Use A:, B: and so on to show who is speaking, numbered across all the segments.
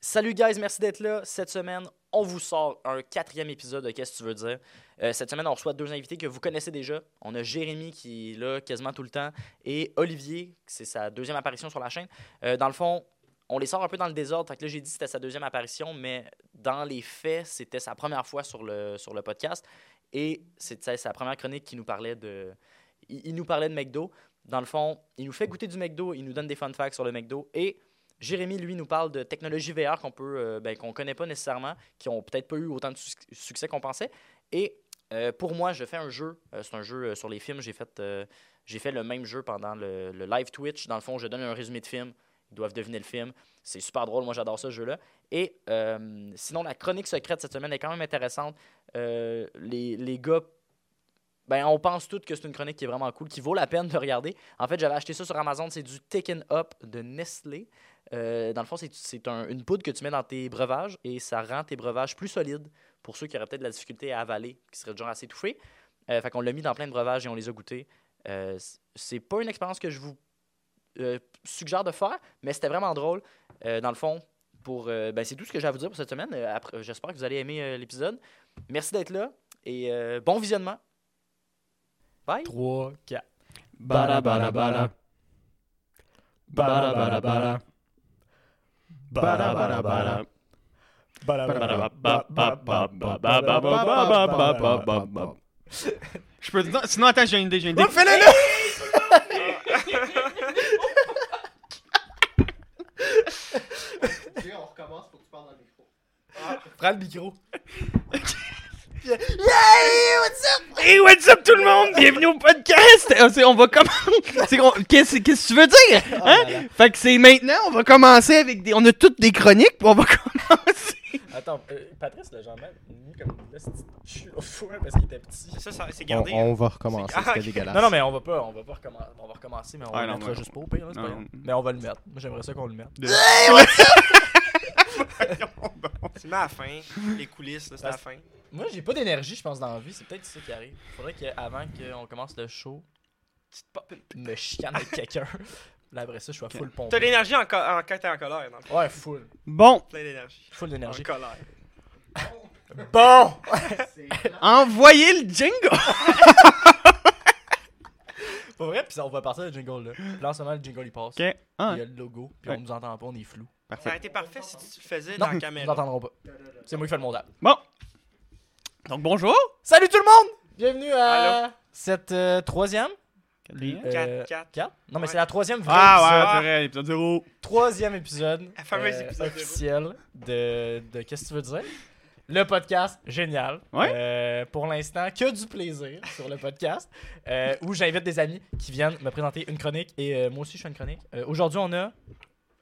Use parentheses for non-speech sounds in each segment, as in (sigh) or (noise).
A: Salut guys, merci d'être là. Cette semaine, on vous sort un quatrième épisode de Qu'est-ce que tu veux dire. Euh, cette semaine, on reçoit deux invités que vous connaissez déjà. On a Jérémy qui est là quasiment tout le temps et Olivier, c'est sa deuxième apparition sur la chaîne. Euh, dans le fond, on les sort un peu dans le désordre. Fait que là, j'ai dit que c'était sa deuxième apparition, mais dans les faits, c'était sa première fois sur le, sur le podcast et c'était sa première chronique qui nous parlait de... Il, il nous parlait de McDo. Dans le fond, il nous fait goûter du McDo, il nous donne des fun facts sur le McDo et... Jérémy, lui, nous parle de technologies VR qu'on peut, euh, ben, qu'on connaît pas nécessairement, qui ont peut-être pas eu autant de suc- succès qu'on pensait. Et euh, pour moi, je fais un jeu. Euh, c'est un jeu euh, sur les films. J'ai fait, euh, j'ai fait le même jeu pendant le, le live Twitch. Dans le fond, je donne un résumé de film. Ils doivent deviner le film. C'est super drôle. Moi, j'adore ce jeu-là. Et euh, sinon, la chronique secrète cette semaine est quand même intéressante. Euh, les, les gars, ben, on pense toutes que c'est une chronique qui est vraiment cool, qui vaut la peine de regarder. En fait, j'avais acheté ça sur Amazon. C'est du Taken Up de Nestlé. Euh, dans le fond, c'est, c'est un- une poudre que tu mets dans tes breuvages et ça rend tes breuvages plus solides pour ceux qui auraient peut-être de la difficulté à avaler, qui seraient du genre à s'étouffer. Euh, fait qu'on l'a mis dans plein de breuvages et on les a goûtés. Euh, c- c'est pas une expérience que je vous euh, suggère de faire, mais c'était vraiment drôle. Euh, dans le fond, pour, euh, ben, c'est tout ce que j'ai à vous dire pour cette semaine. Euh, après- euh, j'espère que vous allez aimer euh, l'épisode. Merci d'être là et euh, bon visionnement. Bye!
B: 3, 4.
C: Bada bada bada. Bada bada bada. Bada bada bada.
D: Je peux te- Sinon, attends, j'ai une idée, j'ai une idée.
C: on recommence pour que tu parles dans le micro.
A: Prends le micro.
D: Hey, what's up tout le monde? Bienvenue au podcast! Euh, c'est- on va commencer. (laughs) C'est qu'on- Qu'est-ce qu'est-ce que tu veux dire? Hein? Fait que c'est maintenant, on va commencer avec des. On a toutes des chroniques, puis on va commencer.
B: Attends, euh, Patrice, le genre même, mis comme une petite chute au four parce qu'il était petit.
E: Ça, ça c'est
C: On,
E: gardé.
C: on va recommencer,
E: C'est-
C: c'était
E: Ah,
C: dégueulasse.
B: Non, non, mais on va pas, on va pas recommencer, on va recommencer mais on le
D: Ouais, Ah, non,
B: mettra
D: mais-
B: juste pas au pire, là, c'est pas
D: Non.
B: grave. Mais on va le mettre. Moi, j'aimerais ça qu'on le mette.
E: Tu mets à la fin, les coulisses, là, c'est à la fin.
B: Moi, j'ai pas d'énergie, je pense, dans la vie, c'est peut-être ça qui arrive. Faudrait qu'avant qu'on commence le show,
E: Tu te pop une-
B: me chicane avec quelqu'un. Là, après ça, je sois full
E: T'as de
B: pompé.
E: l'énergie en, co- en- quand t'es en colère, dans le fond.
B: Ouais, full.
D: Bon,
E: Plein d'énergie.
B: Full
E: En
B: d'énergie.
E: colère.
B: Bon!
D: envoyez le jingle!
B: Pas vrai, pis ça, on va partir le jingle, là. Puis là, en ce moment, le jingle, il passe.
D: Ok, Ah.
B: Il y a le logo, puis
D: Ouais.
B: on nous entend pas, on est flou.
E: Ça aurait été parfait si tu le faisais
B: Non,
E: dans la
B: Ils
E: caméra.
B: n'entendront pas. C'est moi qui fais le montage.
D: Bon. Donc, bonjour!
B: Salut tout le monde! Bienvenue à cette euh, troisième.
D: Salut.
B: Euh,
E: Quatre, quatre.
B: quatre? Non, mais
E: Ouais.
B: c'est la troisième vraie épisode.
D: Ah, ouais, c'est vrai, épisode 0.
B: Troisième épisode.
E: La fameuse
B: euh,
E: épisode
B: officiel de, de Qu'est-ce que tu veux dire? Le podcast, génial.
D: Ouais.
B: Euh, pour l'instant, que du plaisir sur le podcast. euh, où j'invite des amis qui viennent me présenter une chronique. Et euh, moi aussi, je fais une chronique. Euh, Aujourd'hui, on a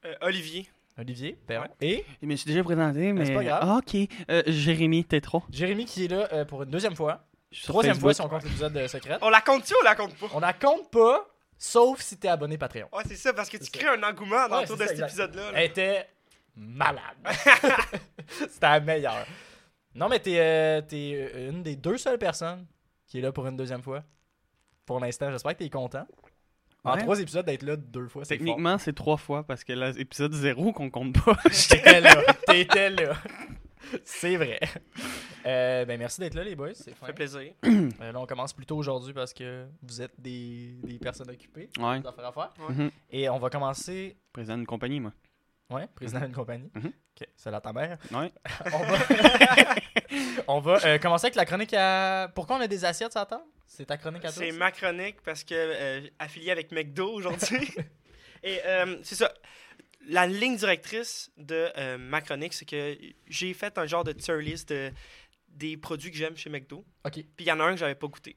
E: Euh, Olivier.
B: Olivier Perron et
D: Je me suis déjà présenté, mais.
B: c'est pas grave.
D: Ah, ok. Euh, Jérémy, t'es trop.
B: Jérémy qui est là euh, pour une deuxième fois. Troisième fois si on compte l'épisode euh, secret.
E: On la compte-tu ou on la compte pas?
B: On la compte pas, sauf si t'es abonné Patreon.
E: Ouais, c'est ça, parce que tu
B: C'est
E: crées un engouement
B: Ouais, c'est
E: autour de
B: ça,
E: cet
B: exact.
E: épisode-là. là.
B: Elle était
D: (laughs)
B: malade. (laughs) C'était la meilleure. Non, mais t'es euh, t'es, euh, une des deux seules personnes qui est là pour une deuxième fois. Pour l'instant, j'espère que t'es content. En
D: Ouais.
B: trois épisodes, d'être là deux fois, c'est fort.
D: Techniquement, c'est trois fois parce que là, épisode 0 qu'on compte pas.
B: T'étais là.
D: (laughs)
B: T'étais là. C'est vrai. Euh, ben merci d'être là les boys, c'est
E: Ça
B: fin.
E: fait plaisir.
B: Euh, là on commence plus tôt aujourd'hui parce que vous êtes des, des personnes occupées,
D: ouais.
B: des affaires à faire.
E: Ouais.
D: Mhm.
B: Et on va commencer
D: Président d'une compagnie, moi.
B: Ouais, président d'une compagnie.
D: Mhm.
B: Ok, c'est la ta mère.
D: Ouais.
B: (laughs) on va, on va euh, commencer avec la chronique à. Pourquoi on a des assiettes, ça table? C'est ta chronique à toi?
E: C'est
B: ça?
E: ma chronique parce que euh, affilié avec McDo
B: (laughs)
E: aujourd'hui. Et euh, c'est ça. La ligne directrice de euh, ma chronique, c'est que j'ai fait un genre de tier list de- des produits que j'aime chez McDo.
B: Ok.
E: Puis il y en a un que j'avais pas goûté.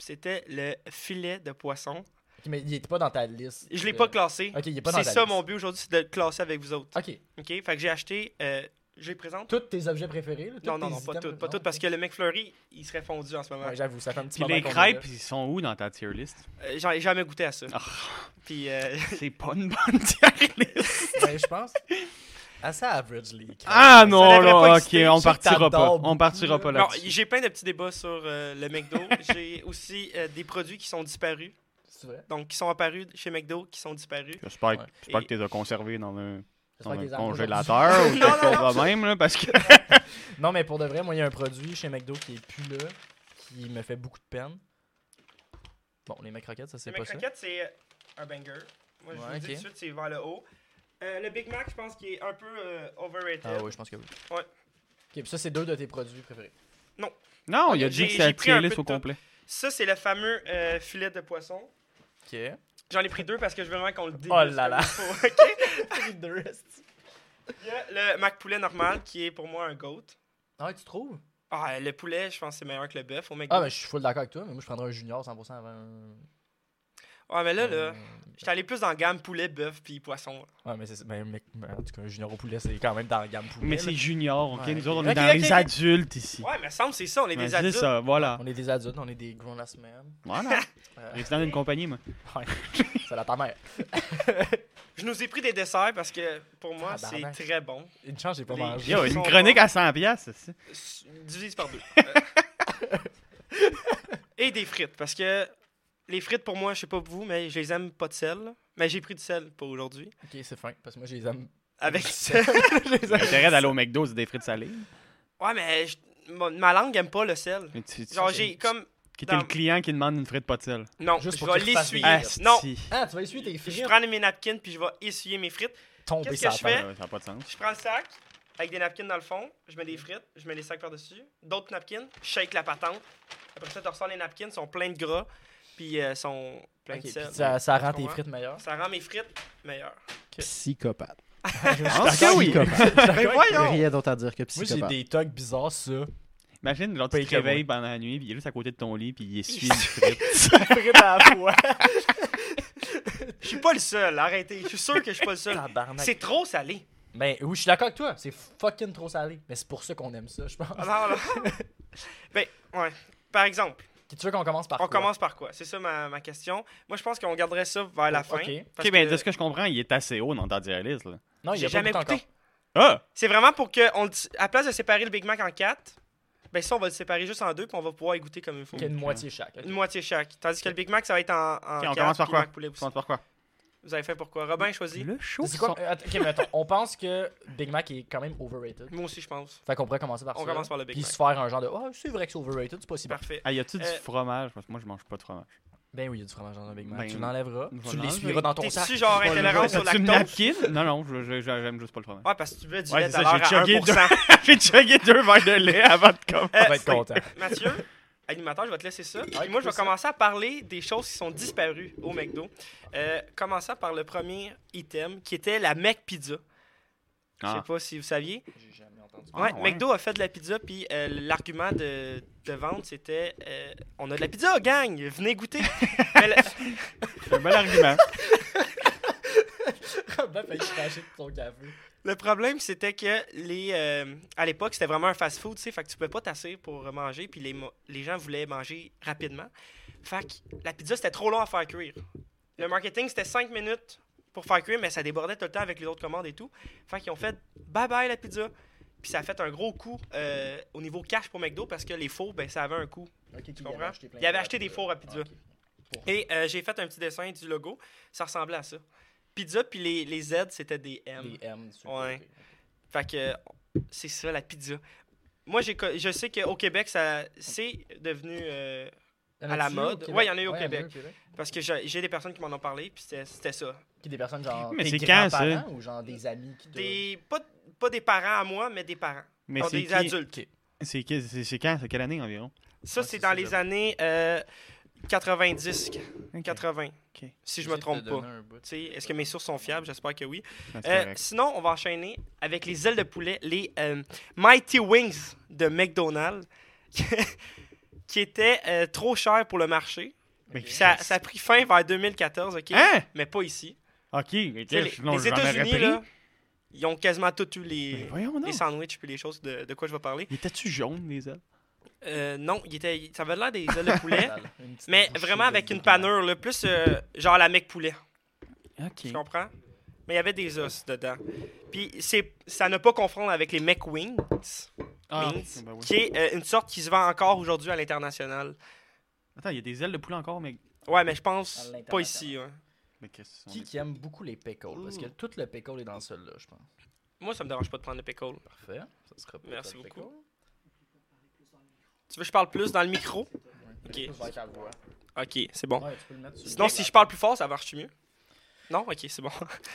E: C'était le filet de poisson.
B: Ok, mais il était pas dans ta liste.
E: Je l'ai
B: de-
E: pas classé.
B: Ok, il est pas dans
E: C'est
B: ta
E: ça
B: liste.
E: mon but aujourd'hui, c'est de le classer avec vous autres.
B: Ok.
E: OK, fait que j'ai acheté euh, je les présente.
B: Tous tes objets préférés? Là, tous
E: Non non
B: tes
E: non, pas
B: items-
E: toutes, pas
B: non,
E: toutes parce
B: ok.
E: que le McFlurry, il serait fondu en ce moment.
B: Ouais, j'avoue, ça fait un petit
D: Puis
B: moment.
D: les
B: qu'on est
D: crêpes,
B: là.
D: ils sont où dans ta tier list?
E: Euh, J'en ai jamais goûté à ça.
D: Ah.
B: (laughs)
E: Puis euh,
D: C'est pas une bonne (laughs) tier list.
B: Ben, je pense. Assez average, les crêpes.
D: Ah
E: devrait
D: non,
E: pas
D: là, ok,
E: exister.
D: on
B: Je sais que
D: partira pas.
B: t'adores
D: On partira
B: beaucoup,
D: pas
E: non,
D: là-dessus.
E: j'ai plein de petits débats sur euh, le
B: (laughs)
E: McDo. j'ai aussi euh, des produits qui sont disparus,
B: C'est vrai?
E: donc qui sont apparus chez McDo, qui sont disparus.
D: J'espère que-
B: Ouais.
D: j'espère que tu les as conservés dans un
F: Dans
B: J'espère que
F: un
B: les armes aujourd'hui-
F: (laughs) congélateur ou quelque chose de même, là, parce que.
B: Non, mais pour de vrai, moi, il y a un produit chez McDo qui est plus là, qui me fait beaucoup de peine. Bon, les McCroquettes, ça, c'est
E: Le
B: pas ça.
E: McCroquette, c'est euh, un banger. Moi, je
B: Ouais,
E: vous le dis
B: ok.
E: tout de suite, c'est vers le haut. Euh, le Big Mac, je pense qu'il est un peu euh, overrated.
B: Ah oui, je pense que oui.
E: Ouais.
B: Ok, puis ça, c'est deux de tes produits préférés.
F: (laughs) Non, il a
E: Ok,
F: dit que
E: j'ai-
F: c'est
E: j'ai
F: la
E: pris
F: tier
E: un peu
F: list
E: de
F: au
E: tout.
F: complet.
E: Ça, c'est le fameux euh, filet de poisson.
B: Ok.
E: (laughs) J'en ai pris deux parce que je veux vraiment qu'on le déguste.
B: Oh là là.
E: comme
B: (laughs)
E: il faut, ok? Il y a le Mac poulet normal qui est pour moi un goat.
B: Ah, tu
E: (laughs)
B: trouves
E: Ah, le poulet, je pense que c'est meilleur que le bœuf au McDo.
B: Ah, ben, je suis full d'accord avec toi, mais moi, je prendrais un junior 100% avant un.
E: Ouais, mais là, là,
B: un-
E: j'étais allé plus dans la gamme poulet, bœuf puis poisson.
B: Ouais, mais c'est. Ben, mec, ben, en tout cas, un junior au poulet, c'est quand même dans la gamme poulet.
F: Mais
B: là.
F: c'est junior, ok?
B: Ouais.
F: Nous autres, on
B: Ok,
F: est dans
B: ok, ok.
F: les adultes ici.
E: Ouais, mais semble c'est ça, on est
F: Ouais,
E: des
F: C'est
E: adultes.
F: ça, voilà.
B: (laughs) On est des adultes, on est des grown-ass men.
F: Voilà.
B: Euh,
F: Président d'une compagnie, moi.
B: c'est la ta mère.
E: Je nous ai pris des desserts parce que pour moi,
B: Tabarnak.
E: c'est très bon.
B: Une chance, j'ai pas
E: Les-
B: mangé.
F: Yo,
E: Ils
F: une
E: sont
F: chronique
E: pas-
F: à 100 piastres, c'est ça. (laughs)
E: S- Divise
B: (laughs)
E: par deux. Euh. Et des frites parce que les frites pour moi, je sais pas pour vous, mais je les aime pas de sel. là. Mais j'ai pris du sel pour aujourd'hui.
B: Ok, c'est fin, parce que moi, je les aime.
E: Avec du
B: (laughs)
E: sel. (laughs)
F: L'intérêt d'aller au McDo, c'est des frites salées.
E: Ouais, mais je- mon- ma langue aime pas le sel.
F: Mais tu- tu-
E: Genre, j'ai comme.
F: Qui était
E: dans-
F: le client qui demande une frite pas de sel.
E: Non,
B: Juste
E: je
B: pour
E: vais
B: qu'il refasse des
E: l'essuyer.
B: Ah,
F: si.
E: non,
B: Ah, tu vas essuyer tes
E: je
B: frites.
E: prends mes napkins puis je vais essuyer mes frites.
B: Tomber
E: Qu'est-ce
B: sur
E: que
B: la
E: je
B: table.
E: fais?
F: Ouais, Ça n'a pas de sens.
E: Je prends le sac avec des napkins dans le fond, je mets des frites, je mets les sacs par-dessus, d'autres napkins, je shake la patente. Après ça, tu ressors les napkins, sont pleins de gras, puis euh, sont pleins
B: Ok,
E: de sel.
B: puis ça, ça rend
E: Tu
B: tes
E: comprends?
B: frites
E: (laughs)
B: meilleures.
E: Ça rend mes frites meilleures.
C: Psychopathe.
F: Parce que Ah, oui.
C: Psychopathe.
E: Mais Ben voyons!
C: Rien d'autre à dire que
B: Moi, j'ai
C: psychopathe.
B: des tocs bizarres, ça.
E: (laughs)
F: Imagine, genre, tu
B: Pire
F: te
B: que
F: réveilles pendant la nuit, puis il est juste à côté de ton lit, puis
E: (laughs)
F: il essuie une frite.
B: frites à la fois.
E: Je suis pas le seul, arrêtez. Je suis sûr que je suis pas
F: (laughs)
E: le
B: (laughs)
E: seul.
B: Tabarnak.
E: C'est trop salé.
B: Ben oui, je suis d'accord avec toi. C'est fucking trop salé. Mais c'est pour ça qu'on aime ça, je pense.
F: (laughs)
E: Alors, là- ben, ouais. Par exemple,
B: Tu veux qu'on commence par
E: on
B: quoi?
E: commence par quoi? C'est ça ma, ma question. Moi, je pense qu'on garderait ça vers la fin.
B: Ok.
E: parce
F: Ok, ben,
E: que
F: de ce que je comprends, il est assez haut dans ta tier list, là.
B: Non, il y
E: j'ai
B: a pas
E: jamais
B: goûté
E: goûté.
B: encore.
F: Ah!
E: C'est vraiment pour que, on, le s- à place de séparer le Big Mac en quatre, ben ça, on va le séparer juste en deux, puis on va pouvoir y goûter comme il faut.
B: Il y a une moitié chaque.
E: Une moitié chaque. Tandis que le Big Mac, ça va être en. en
F: Ok, on
E: quatre,
F: commence par
E: puis
F: quoi?
E: Mac poulet
F: Tu
E: aussi.
F: penses par quoi?
E: Vous avez fait pourquoi? Robin choisi.
F: Le show.
B: C'est quoi? euh, attends, ok, mais attends. On pense que Big Mac est quand même overrated.
E: Moi aussi, je pense.
B: Fait qu'on pourrait commencer par
E: On
B: ça.
E: commence par le Big
B: Puis
E: Mac.
B: se faire un genre de. Oh, c'est vrai que c'est overrated, c'est pas si bon.
E: Parfait.
F: Ah, y a-tu du
E: Euh,
F: fromage? Parce que moi, je mange pas de fromage.
B: Ben oui, il y a du fromage dans un Big Mac.
F: Ben,
B: tu l'enlèveras.
F: je vais
B: Tu
F: l'enlever.
B: l'essuieras dans ton sac.
E: T'es-tu genre intolérant au
F: T'as-tu une
E: lactose?
F: napkin? Non, non, je- je- je- j'aime juste pas le fromage.
E: (laughs) Ouais, parce que tu veux du
F: Ouais,
E: lait
F: c'est ça,
E: à l'heure à
F: j'ai chugué
E: 1%.
F: J'ai checké deux verres de lait avant de commencer.
B: On
E: Euh,
B: va être content.
E: (laughs) Mathieu, animateur, je vais te laisser ça. Puis moi,
B: coupez
E: je vais
B: ça.
E: commencer à parler des choses qui sont disparues au McDo. Euh, commençant par le premier item, qui était la Mac Pizza. Je sais
F: Ah.
E: pas si vous saviez.
B: J'ai jamais entendu.
E: Ouais,
F: ouais.
E: McDo a fait de la pizza, puis euh, l'argument de, de vente, c'était euh, On a de la pizza, gang! Venez goûter!
F: (laughs)
E: Mais la-
F: C'est un bel argument.
B: Robin fait cracher de ton café.
E: Le problème, c'était que les, euh, à l'époque, c'était vraiment un fast-food, tu sais, fait que tu pouvais pas t'asseoir pour euh, manger, puis les, mo- les gens voulaient manger rapidement. Fait que la pizza, c'était trop long à faire cuire. Le marketing, c'était 5 minutes pour faire cuire, mais ça débordait tout le temps avec les autres commandes et tout. Fait qu'ils ont fait « bye-bye la pizza ». Puis ça a fait un gros coup euh, au niveau cash pour McDo parce que les fours, ben, ça avait un coût.
B: Ok, tu
E: comprends? Il avait acheté des fours à pizza. Et euh, j'ai fait un petit dessin du logo, ça ressemblait à ça. Pizza, puis les, les Z, c'était des M.
B: Des M. dessus.
E: Ouais.
B: Ok.
E: Fait que c'est ça la pizza. Moi, j'ai, co- je sais qu'au Québec, ça, c'est devenu. euh,
B: Y en a-tu
E: À la
B: au
E: mode.
B: Québec?
E: Ouais, y en a eu au
B: Ouais, y
E: Québec. parce que j'ai, j'ai des personnes qui m'en ont parlé, puis c'était, c'était ça.
B: Qui des personnes genre.
F: Mais
B: tes
F: c'est quand, ça?
B: grands-parents Ou genre des amis qui te.
E: Des, pas, pas des parents à moi, mais des parents.
F: Mais
E: Non,
F: c'est
E: des
F: qui-
E: adultes.
F: c'est qui- c'est- c'est quand? C'est quelle année environ?
E: Ça,
B: Ouais,
E: c'est
B: c'est
E: dans
B: ça,
E: les
B: j'avoue.
E: années euh, 90,
F: Ok.
E: 80,
F: Ok.
E: si je me trompe pas. Tu sais, Est-ce que mes sources sont fiables? J'espère que oui.
F: Ah, c'est
E: Euh,
F: correct.
E: sinon, on va enchaîner avec les ailes de poulet, les euh, Mighty Wings de McDonald's, (laughs) qui étaient euh, trop chères pour le marché.
F: Mais
E: Puis ben, ça, ça a pris fin vers 2014, OK?
F: Hein?
E: Mais pas ici.
F: Ok, ok,
E: Tu sais,
F: je-
E: les
F: non,
E: les
F: j'en aurais
E: États-Unis,
F: pris.
E: là, ils ont quasiment tout eu
F: Mais
E: les,
F: voyons donc.
E: les sandwichs puis les choses de, de quoi je vais parler.
F: Il était-tu jaune, les ailes?
E: Euh, non, il était, il- ça avait l'air des ailes de poulet,
B: Une petite
E: mais
B: bouchée
E: vraiment
B: de
E: avec une
B: Big Mac.
E: panure, là, plus euh, genre la mec poulet,
F: Ok.
E: tu comprends? Mais il y avait des os dedans. Puis c'est, ça ne pas confondre avec les mec wings,
F: Ah,
E: Mince.
F: ben oui.
E: qui est euh, une sorte qui se vend encore aujourd'hui à l'international.
F: Attends, il y a des ailes de poulet encore, mais.
E: Ouais, mais je
B: À
E: pense
B: l'international.
E: pas ici. ouais.
D: Mais qu'est-ce que
B: Qui qui aime beaucoup les pickles? Parce que tout le pickle est dans celui-là, je pense.
E: Moi, ça me dérange pas de prendre le pickle.
B: Parfait. Ça sera pas
E: Merci
B: le
E: beaucoup.
B: pickle.
E: Tu veux que je parle plus dans le micro? Ok.
B: Plus vers ta voix.
E: Ok, c'est bon.
B: Ouais, tu peux le mettre sur-
E: Sinon, si je parle plus fort, ça marche mieux? Non? Ok, c'est bon.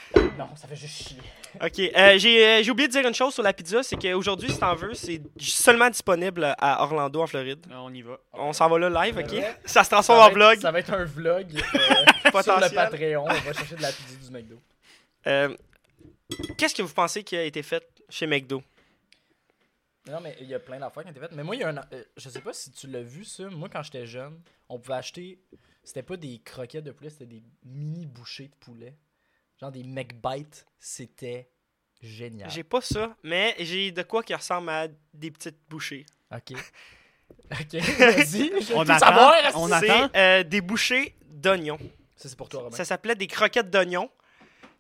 E: (laughs)
B: Non, ça fait juste chier.
E: Ok, euh, j'ai euh, j'ai oublié de dire une chose sur la pizza, c'est qu'aujourd'hui, si t'en veux, c'est seulement disponible à Orlando, en Floride.
F: Ah,
D: Non, on y va.
E: On s'en va là live, ok?
B: Ouais.
E: (laughs) Ça se
B: Ça
E: transforme
B: va
E: en
B: être-
E: vlog.
B: Ça va être un vlog
E: (laughs)
B: euh, sur le
E: Potentiel.
B: Patreon. On va chercher de la pizza du McDo.
E: Euh, Qu'est-ce que vous pensez qui a été fait chez McDo?
B: Non, mais il y a plein d'affaires qui ont été faites. Mais moi, il y a un. euh, je sais pas si tu l'as vu, ça. Moi, quand j'étais jeune, on pouvait acheter. C'était pas des croquettes de poulet, c'était des mini bouchées de poulet. Genre des McBites. C'était génial.
E: J'ai pas ça, mais j'ai de quoi qui ressemble à des petites bouchées.
D: (laughs)
B: Ok. Ok, vas-y. je veux
D: On
B: tout
D: attend,
B: savoir.
D: on
E: C'est
D: attend.
E: euh, des bouchées d'oignons.
B: Ça, c'est pour toi, Romain.
E: Ça s'appelait des croquettes d'oignons.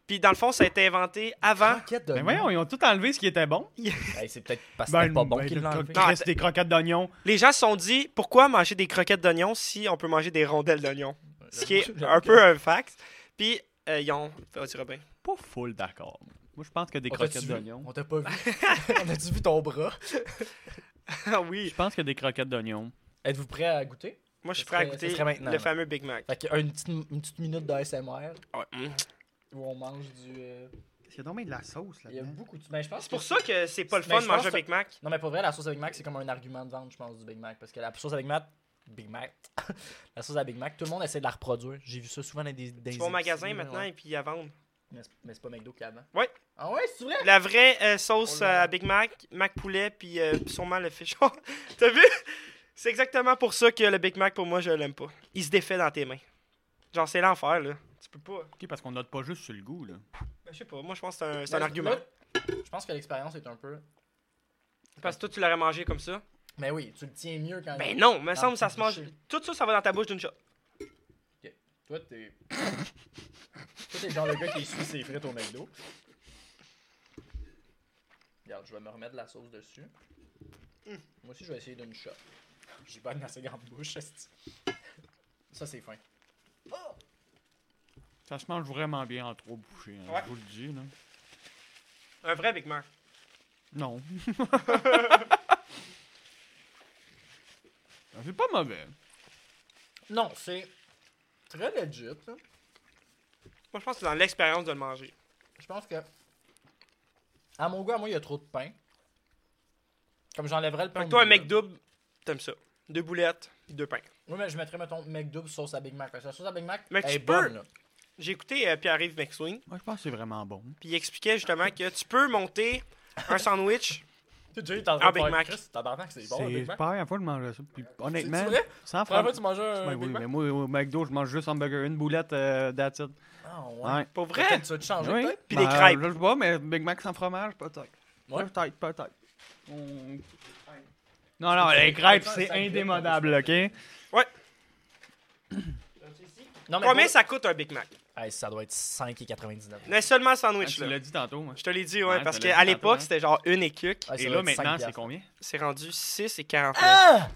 E: Puis dans le fond, ça a été inventé avant.
B: Croquettes de
D: Mais Ben voyons, ils ont tout enlevé ce qui était bon.
B: Hey, c'est peut-être parce que c'était pas bon qu'il
D: ben, le
B: l'a
D: cro-
B: enlevé.
E: Non,
D: Chris, des croquettes d'oignon.
E: Les gens se sont dit pourquoi manger des croquettes d'oignons si on peut manger des rondelles d'oignons Ce qui est
B: j'avoue
E: un
B: que-
E: peu un fact. Puis euh, ils ont. On
B: (laughs)
E: dirait bien.
D: Pas full d'accord. Moi, je pense que des
B: On
D: croquettes
B: t'a-tu
D: d'oignon.
B: vu? On t'a
D: (laughs)
B: pas vu. on a-tu vu ton bras?
E: Ah oui.
D: Je pense que des croquettes d'oignon.
B: Êtes-vous prêt à goûter?
E: Moi, je suis
B: Ce
E: prêt à
B: serait- ce
E: goûter
B: serait maintenant, là.
E: le
B: Ah
E: fameux Big Mac.
B: Fait que, une petite, une petite minute d'ASMR
E: Ouais. Mm.
B: où on mange du. euh,
D: Il y a donc de la sauce
B: Il y a beaucoup de. Mais je pense
E: C'est pour
B: que-
E: ça que c'est pas le
B: Mais
E: fun
B: je
E: de
B: pense
E: manger un
B: que-
E: Big Mac.
B: Non, mais pour vrai, la sauce à Big Mac, c'est comme un argument de vente, je pense, du Big Mac. Parce que la sauce à Big Mac. Big Mac. (laughs) la sauce à Big Mac, tout le monde essaie de la reproduire. J'ai vu ça souvent dans des. Dans
E: Tu
B: des
E: vas au magasin
B: épiceries,
E: maintenant
B: ouais.
E: et puis à vendre.
B: Mais c'est- Mais c'est pas McDo qui avant.
E: Ouais.
B: Ah ouais, c'est vrai?
E: La vraie euh, sauce
B: Oh là là.
E: à Big Mac, Mac poulet, puis euh, sûrement le fish. (laughs) T'as vu? C'est exactement pour ça que le Big Mac, pour moi, je l'aime pas. Il se défait dans tes mains. Genre, c'est l'enfer, là. Tu peux pas.
D: Ok, parce qu'on note pas juste sur le goût, là.
E: Ben, je sais pas, moi, je pense que c'est un, c'est un
B: Mais
E: argument.
B: Ben, là, Je pense que l'expérience est un peu.
E: Parce que toi, tu l'aurais mangé comme ça.
B: Mais oui, tu le tiens mieux quand
E: Ben non, me
B: Dans
E: semble
B: le
E: ça se mange.
B: boucher.
E: Tout ça, ça va dans ta bouche d'une shot.
B: Toi, t'es. Toi, t'es le genre de gars qui suit ses frites au McDo. Regarde, je vais me remettre de la sauce dessus. Moi aussi, je vais essayer d'une shot. J'ai pas une assez grande bouche. esti. Ça, c'est fin.
D: Ça se mange vraiment bien en trois bouchées. hein,
E: Ouais.
D: Je vous le dis, là.
E: Un vrai Big Mac.
B: (laughs)
D: Non. c'est pas mauvais.
B: Non, c'est très legit. là.
E: Moi, je pense que c'est dans l'expérience de le manger.
B: Je pense que. À mon goût, à moi, il y a trop de pain. Comme j'enlèverais le pain.
D: Oh
E: Fait que toi, un
B: au milieu.
E: mec double, t'aimes ça. Deux boulettes, deux pains.
B: Oui, mais je mettrais, mettons, McDo puis sauce à Big Mac. Parce que la sauce à Big Mac.
E: Mais
B: elle
E: tu
B: est
E: peux.
B: bonne, là.
E: J'ai écouté euh, Pierre-Yves McSween,
D: Moi, je pense que c'est vraiment bon.
E: puis il expliquait justement que tu peux monter un sandwich.
B: Tu sais, t'es en train
E: Ah,
B: de
E: Big
B: faire
E: Mac.
B: Chris, tabarnak, c'est
D: C'est
B: bon, le Big
D: la
B: Mac.
D: première fois que je mange ça. Puis, honnêtement,
B: vrai?
D: sans
B: Première
D: faire.
B: fois que tu manges un
D: Ben
B: Big
D: oui,
B: Mac?
D: mais moi, au McDo, je mange juste hamburger, une boulette, euh, that's it.
B: Ah ouais.
D: Ouais.
E: Pour vrai?
B: Peut-être tu vas te changer
D: Oui.
B: peut-être?
E: Puis des
D: Ben,
E: crêpes.
D: là, je vois, mais Big Mac sans fromage, peut-être.
B: Ouais.
D: Peut-être, peut-être. On- Non, non, les crêpes, c'est indémodable, ok?
B: Non, mais
E: Combien
B: pour-
E: ça coûte un Big Mac?
B: Hey, ça doit être 5,99.
E: Mais seulement le
D: Ah,
E: sandwich,
D: tu
E: là.
D: l'as dit tantôt, moi.
E: Je te l'ai dit, ouais,
D: Ouais, tu
E: parce
D: l'as dit
E: qu'à
D: tantôt, hein.
E: l'époque, c'était genre une et quelques.
B: Ouais, ça
D: Et
B: doit
D: là,
B: être
D: maintenant,
B: 5
D: c'est combien?
E: C'est rendu 6 et 40.
D: Ah!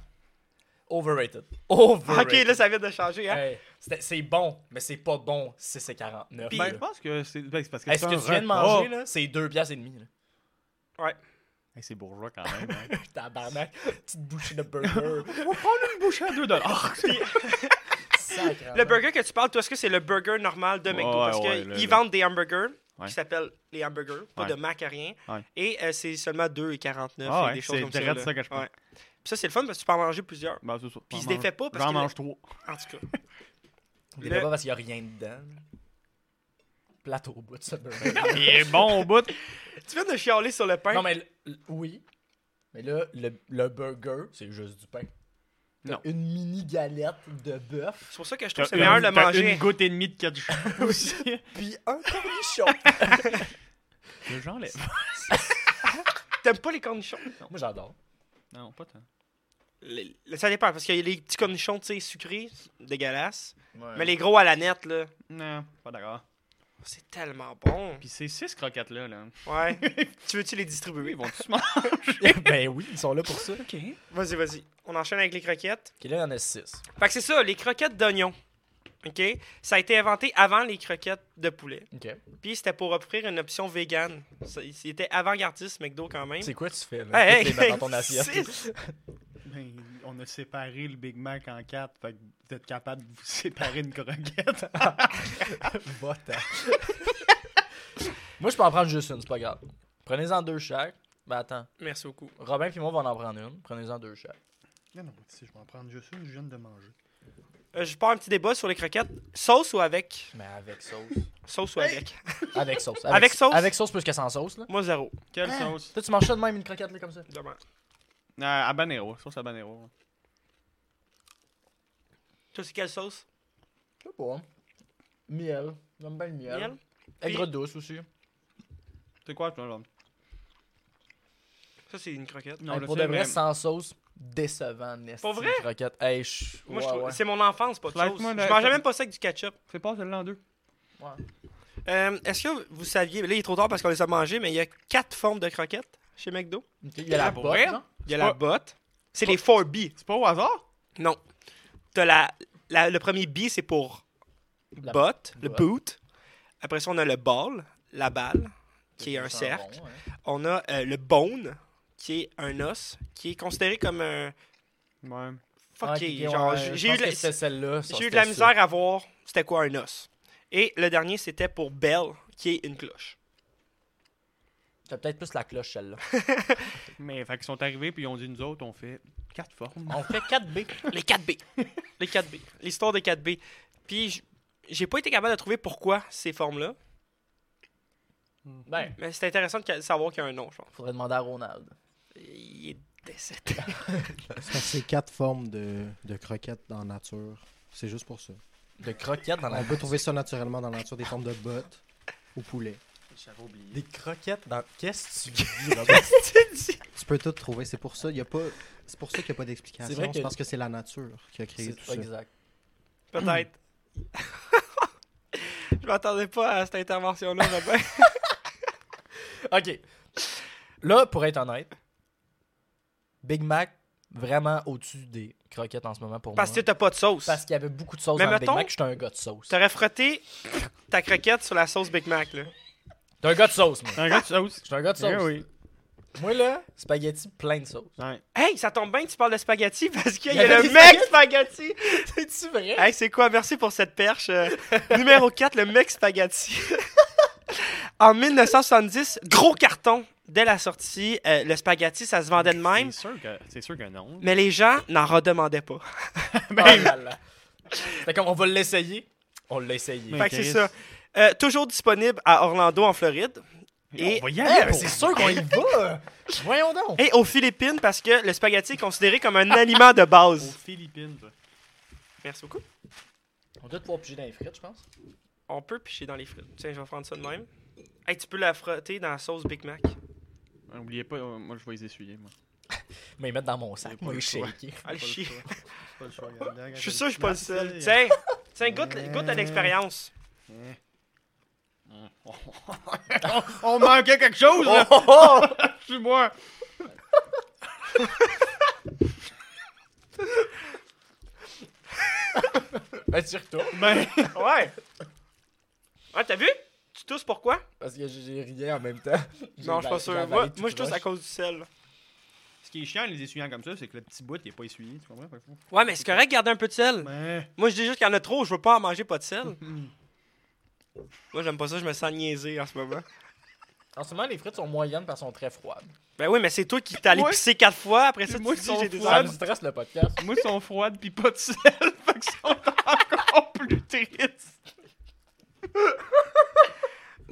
B: Overrated.
E: ok,
B: Ah! Overrated.
E: là, ça vient de changer, hein?
B: Hey, c'était- c'est bon, mais c'est pas bon si c'est 49.
D: Ben, je pense que c'est ben, c'est parce que
B: Est-ce
D: c'est
B: que
D: un
B: tu viens de
D: repas.
B: manger, là? C'est 2 piastres et demi, là.
D: Hey, c'est bourgeois quand même. hein.
B: Tabarnak. (laughs) Petite bouchée de burger.
D: (laughs) On va prendre une bouchée à 2 dollars.
B: Sacrément.
E: Le burger que tu parles, toi, est-ce que c'est le burger normal de McDo?
D: Ouais,
E: parce
D: ouais,
E: qu'ils
D: le- le-
E: vendent des hamburgers
D: Ouais.
E: qui s'appellent les hamburgers, pas
D: Ouais.
E: de mac à rien.
D: Ouais.
E: Et euh, c'est seulement 2 et 49
D: Ah
E: et
D: ouais,
E: des choses
D: c'est
E: comme ça.
D: direct
E: là.
D: ça que je prends.
E: Ouais. Puis ça, c'est le fun parce que tu peux en manger plusieurs.
D: Ben, c'est ça.
E: Puis il se
D: J'en mange-
E: défait pas parce
D: J'en
E: qu'il-
D: mange trois.
E: En tout cas. (laughs)
B: Il est
E: Le-
B: pas parce qu'il y a rien dedans. Plateau au bout de ce burger.
D: Il est bon au bout.
E: tu viens de chialer sur le pain.
B: Non, mais l- l- oui. Mais là, le, le burger, c'est juste du pain. T'as
D: Non.
B: Une mini galette de bœuf,
E: C'est pour ça que je trouve
D: T'as
E: que c'est meilleur de le
D: une- t'as
E: manger.
D: une goutte et demie de ketchup aussi.
B: puis un cornichon. (laughs)
D: Le j'enlève.
E: T'aimes pas les cornichons?
B: Moi, j'adore.
D: Non, pas tant.
E: Le- le- ça dépend parce qu'il y a les petits cornichons, tu sais, sucrés, dégueulasses.
B: Ouais. (laughs)
E: Mais les gros à la nette, là,
D: Non, pas d'accord.
E: c'est tellement bon.
D: Puis ces six croquettes-là, là. (laughs)
E: Ouais. tu veux-tu les distribuer?
D: Ils vont tous manger.
B: ben oui, ils sont là pour ça. Ok,
E: Vas-y, vas-y. On enchaîne avec les croquettes.
B: là, il y en a 6.
E: Fait que c'est ça, les croquettes d'oignon. OK? Ça a été inventé avant les croquettes de poulet.
B: Ok.
E: Puis c'était pour offrir une option vegan. Ça- C'était avant-gardiste, McDo, quand même.
B: C'est quoi tu fais là?
E: Hey,
B: Toutes les
E: hey,
B: mains dans ton assiette. (laughs)
D: (laughs)
E: six!
G: Ben, on a séparé le Big Mac en quatre, fait que vous êtes capable de vous (laughs) séparer une croquette.
B: Va-t'en. moi, je peux en prendre juste une, c'est pas grave. Prenez-en deux chaque. Ben attends,
E: Merci beaucoup.
B: Robin puis moi, on va en prendre une. Prenez-en deux chaque.
G: non, non, tu sais, je vais en prendre juste une, je viens de manger.
E: Euh, je pars un petit débat sur les croquettes. Sauce ou avec?
B: Mais avec sauce.
E: Sauce ou avec?
B: Avec sauce.
E: Avec sauce?
B: Avec sauce plus que sans sauce, là.
E: Moi, zéro.
D: Quelle sauce?
B: Toi, tu manges ça de même une croquette, là, comme ça.
E: Demain.
D: Ah, habanero, sauce habanero.
E: Toi, c'est quelle sauce?
B: Je sais pas. Miel. J'aime bien le miel.
E: Miel?
B: Aigre douce aussi.
D: C'est quoi, tu vois,
E: Ça, c'est une croquette.
D: Non,
B: Hey,
D: je
B: pour
D: sais,
B: de vrai,
D: mais-
B: sans sauce, décevant, n'est-ce
E: Pour vrai?
B: Croquette. Hey, je...
E: Moi, je
B: ouais,
E: trouve-
B: ouais.
E: c'est mon enfance, pas de
D: Flash,
E: sauce.
D: moi,
E: Je
D: le-
E: mangeais même pas ça avec du ketchup.
D: Fais pas celle-là en deux.
E: Euh, Est-ce que vous saviez, là il est trop tard parce qu'on les a mangés, mais il y a quatre formes de croquettes chez McDo.
B: Ok, Il y a la
D: Ah, pour vrai?
B: boîte, non?
E: Il y a
D: C'est
E: la
D: pas-
E: botte. C'est les 4B.
D: C'est pas au hasard?
E: Non. T'as la, la- le premier B, c'est pour
B: La
E: botte, le
B: botte.
E: boot. Après ça, on a le ball, la balle, qui est un
B: Ça sent
E: cercle.
B: bon, ouais.
E: On a euh, le bone, qui est un os, qui est considéré comme un...
D: Ouais.
E: Fuck
B: Ah, ok,
E: yeah,
B: Ah, ok,
E: genre,
B: ouais,
E: j'ai-
B: je
E: j'ai
B: pense
E: eu de la-
B: que c'était celle-là. ça,
E: j'ai eu de
B: c'était
E: la
B: ça.
E: misère à voir c'était quoi un os. Et le dernier, c'était pour bell, qui est une
B: (laughs)
E: cloche.
B: C'était peut-être plus la cloche, celle-là.
D: Mais fait qu'ils sont arrivés puis ils ont dit nous autres on fait quatre formes.
B: On fait 4B.
E: Les 4B. Les 4B. L'histoire des 4B. Puis, j- j'ai pas été capable de trouver pourquoi ces formes-là,
B: Ben,
E: mais c'est intéressant de ca- savoir qu'il y a un nom, je pense.
B: faudrait demander à Ronald.
E: Il est
B: (laughs)
E: décédé.
C: Ça, c'est quatre formes de, de croquettes dans la nature. C'est juste pour ça.
B: De croquettes dans la
C: On peut trouver ça naturellement dans la nature, des formes de bottes ou poulet.
G: J'avais oublié.
B: Des croquettes dans. Qu'est-ce que (laughs) tu dis, Robin?
C: Tu peux tout trouver. C'est pour ça il y a pas. C'est pour ça qu'il n'y a pas
B: C'est vrai
C: d'explication.
B: que-
C: C'est parce que c'est la nature qui a créé
B: C'est
C: tout ça.
B: exact.
E: Peut-être. (laughs) je m'attendais pas à cette intervention-là, ben. Robin.
B: Ok. Là, pour être honnête, Big Mac, vraiment au-dessus des croquettes en ce moment pour
E: Parce que
B: moi.
E: t'as pas de sauce.
B: Parce qu'il y avait beaucoup de sauce
E: Mais
B: dans le Big
E: mettons-
B: Mac. J'étais un gars de sauce.
E: T'aurais frotté ta croquette sur la sauce Big Mac, là.
B: T'es un gars de sauce, moi.
D: Un gars de sauce.
B: J'étais un gars de sauce.
D: Eh oui.
B: Moi, là, spaghetti plein de sauce.
D: Ouais.
E: Hey, ça tombe bien que tu parles de spaghetti (laughs) parce qu'il y,
B: Il y
E: a
B: avait
E: le
B: des
E: mec spaghetti.
B: C'est-tu (laughs) vrai?
E: Hey, c'est quoi? Merci pour cette perche.
B: (laughs)
E: Euh, numéro 4, le mec spaghetti. (laughs) en 1970, gros carton. Dès la sortie, euh, le spaghetti, ça se vendait de même.
D: C'est sûr que c'est sûr que non.
E: Mais les gens n'en redemandaient pas.
B: Oh là là. C'était comme, on va l'essayer. On l'a essayé.
D: Mais
E: Fait que c'est
D: Chris.
E: ça. Euh, toujours disponible à Orlando, en Floride. Et- hein?
D: on va y
B: Eh,
E: (laughs)
D: aller.
B: ben, c'est sûr qu'on y va! (laughs) Voyons donc!
E: Et aux Philippines, parce que le spaghetti est considéré comme un aliment de
D: Aux
E: base.
D: Philippines. toi.
E: Merci beaucoup.
B: On doit pouvoir piger dans les frites, je pense.
E: On peut picher dans les frites. Tiens, je vais prendre ça de même. Hey, tu peux la frotter dans la sauce Big Mac.
D: Ah, Oubliez pas, euh, moi je vais les essuyer moi.
B: Mais mettre dans mon sac,
D: pas
B: moi,
D: le
B: les shaker.
E: (laughs) Allez,
G: Pas le
E: chier.
G: choix. Pas le choix, regarde, regarde, Euh.
E: Je suis sûr que je suis pas le seul.
G: Merci.
E: Tiens, tiens goûte, goûte à l'expérience.
D: on manquait quelque chose là. Je suis moi.
B: Ben, tu retournes.
D: Ben
G: (laughs)
E: Ouais. Ah, t'as vu? Tu tousses pourquoi?
B: Parce que j'ai rien en même temps.
E: Non, je suis pas sûr. Moi, moi, je tousse à cause du sel.
D: ce qui est chiant les essuyants comme ça, c'est que le petit bout il est pas essuyé, tu comprends Fait que faut-
E: Ouais, mais c'est correct de garder un peu de sel.
G: Ben,
E: Moi, je dis juste qu'il y en a trop, je veux pas en manger pas de
D: (laughs)
E: sel.
D: Hmm.
E: Moi, j'aime pas ça, je me sens niaisé en ce moment.
B: En ce moment, les frites sont moyennes parce qu'elles sont très froides.
E: Ben oui, mais c'est toi qui t'es allé
D: Moi-
E: pisser quatre fois, après ça,
D: Moi,
E: tu
D: ils
E: dis
D: sont
E: j'ai des
B: Ça
D: froides.
B: me
E: abs.
B: stresse le podcast.
D: Moi ils sont froides puis pas de sel, fait que sont encore plus tristes.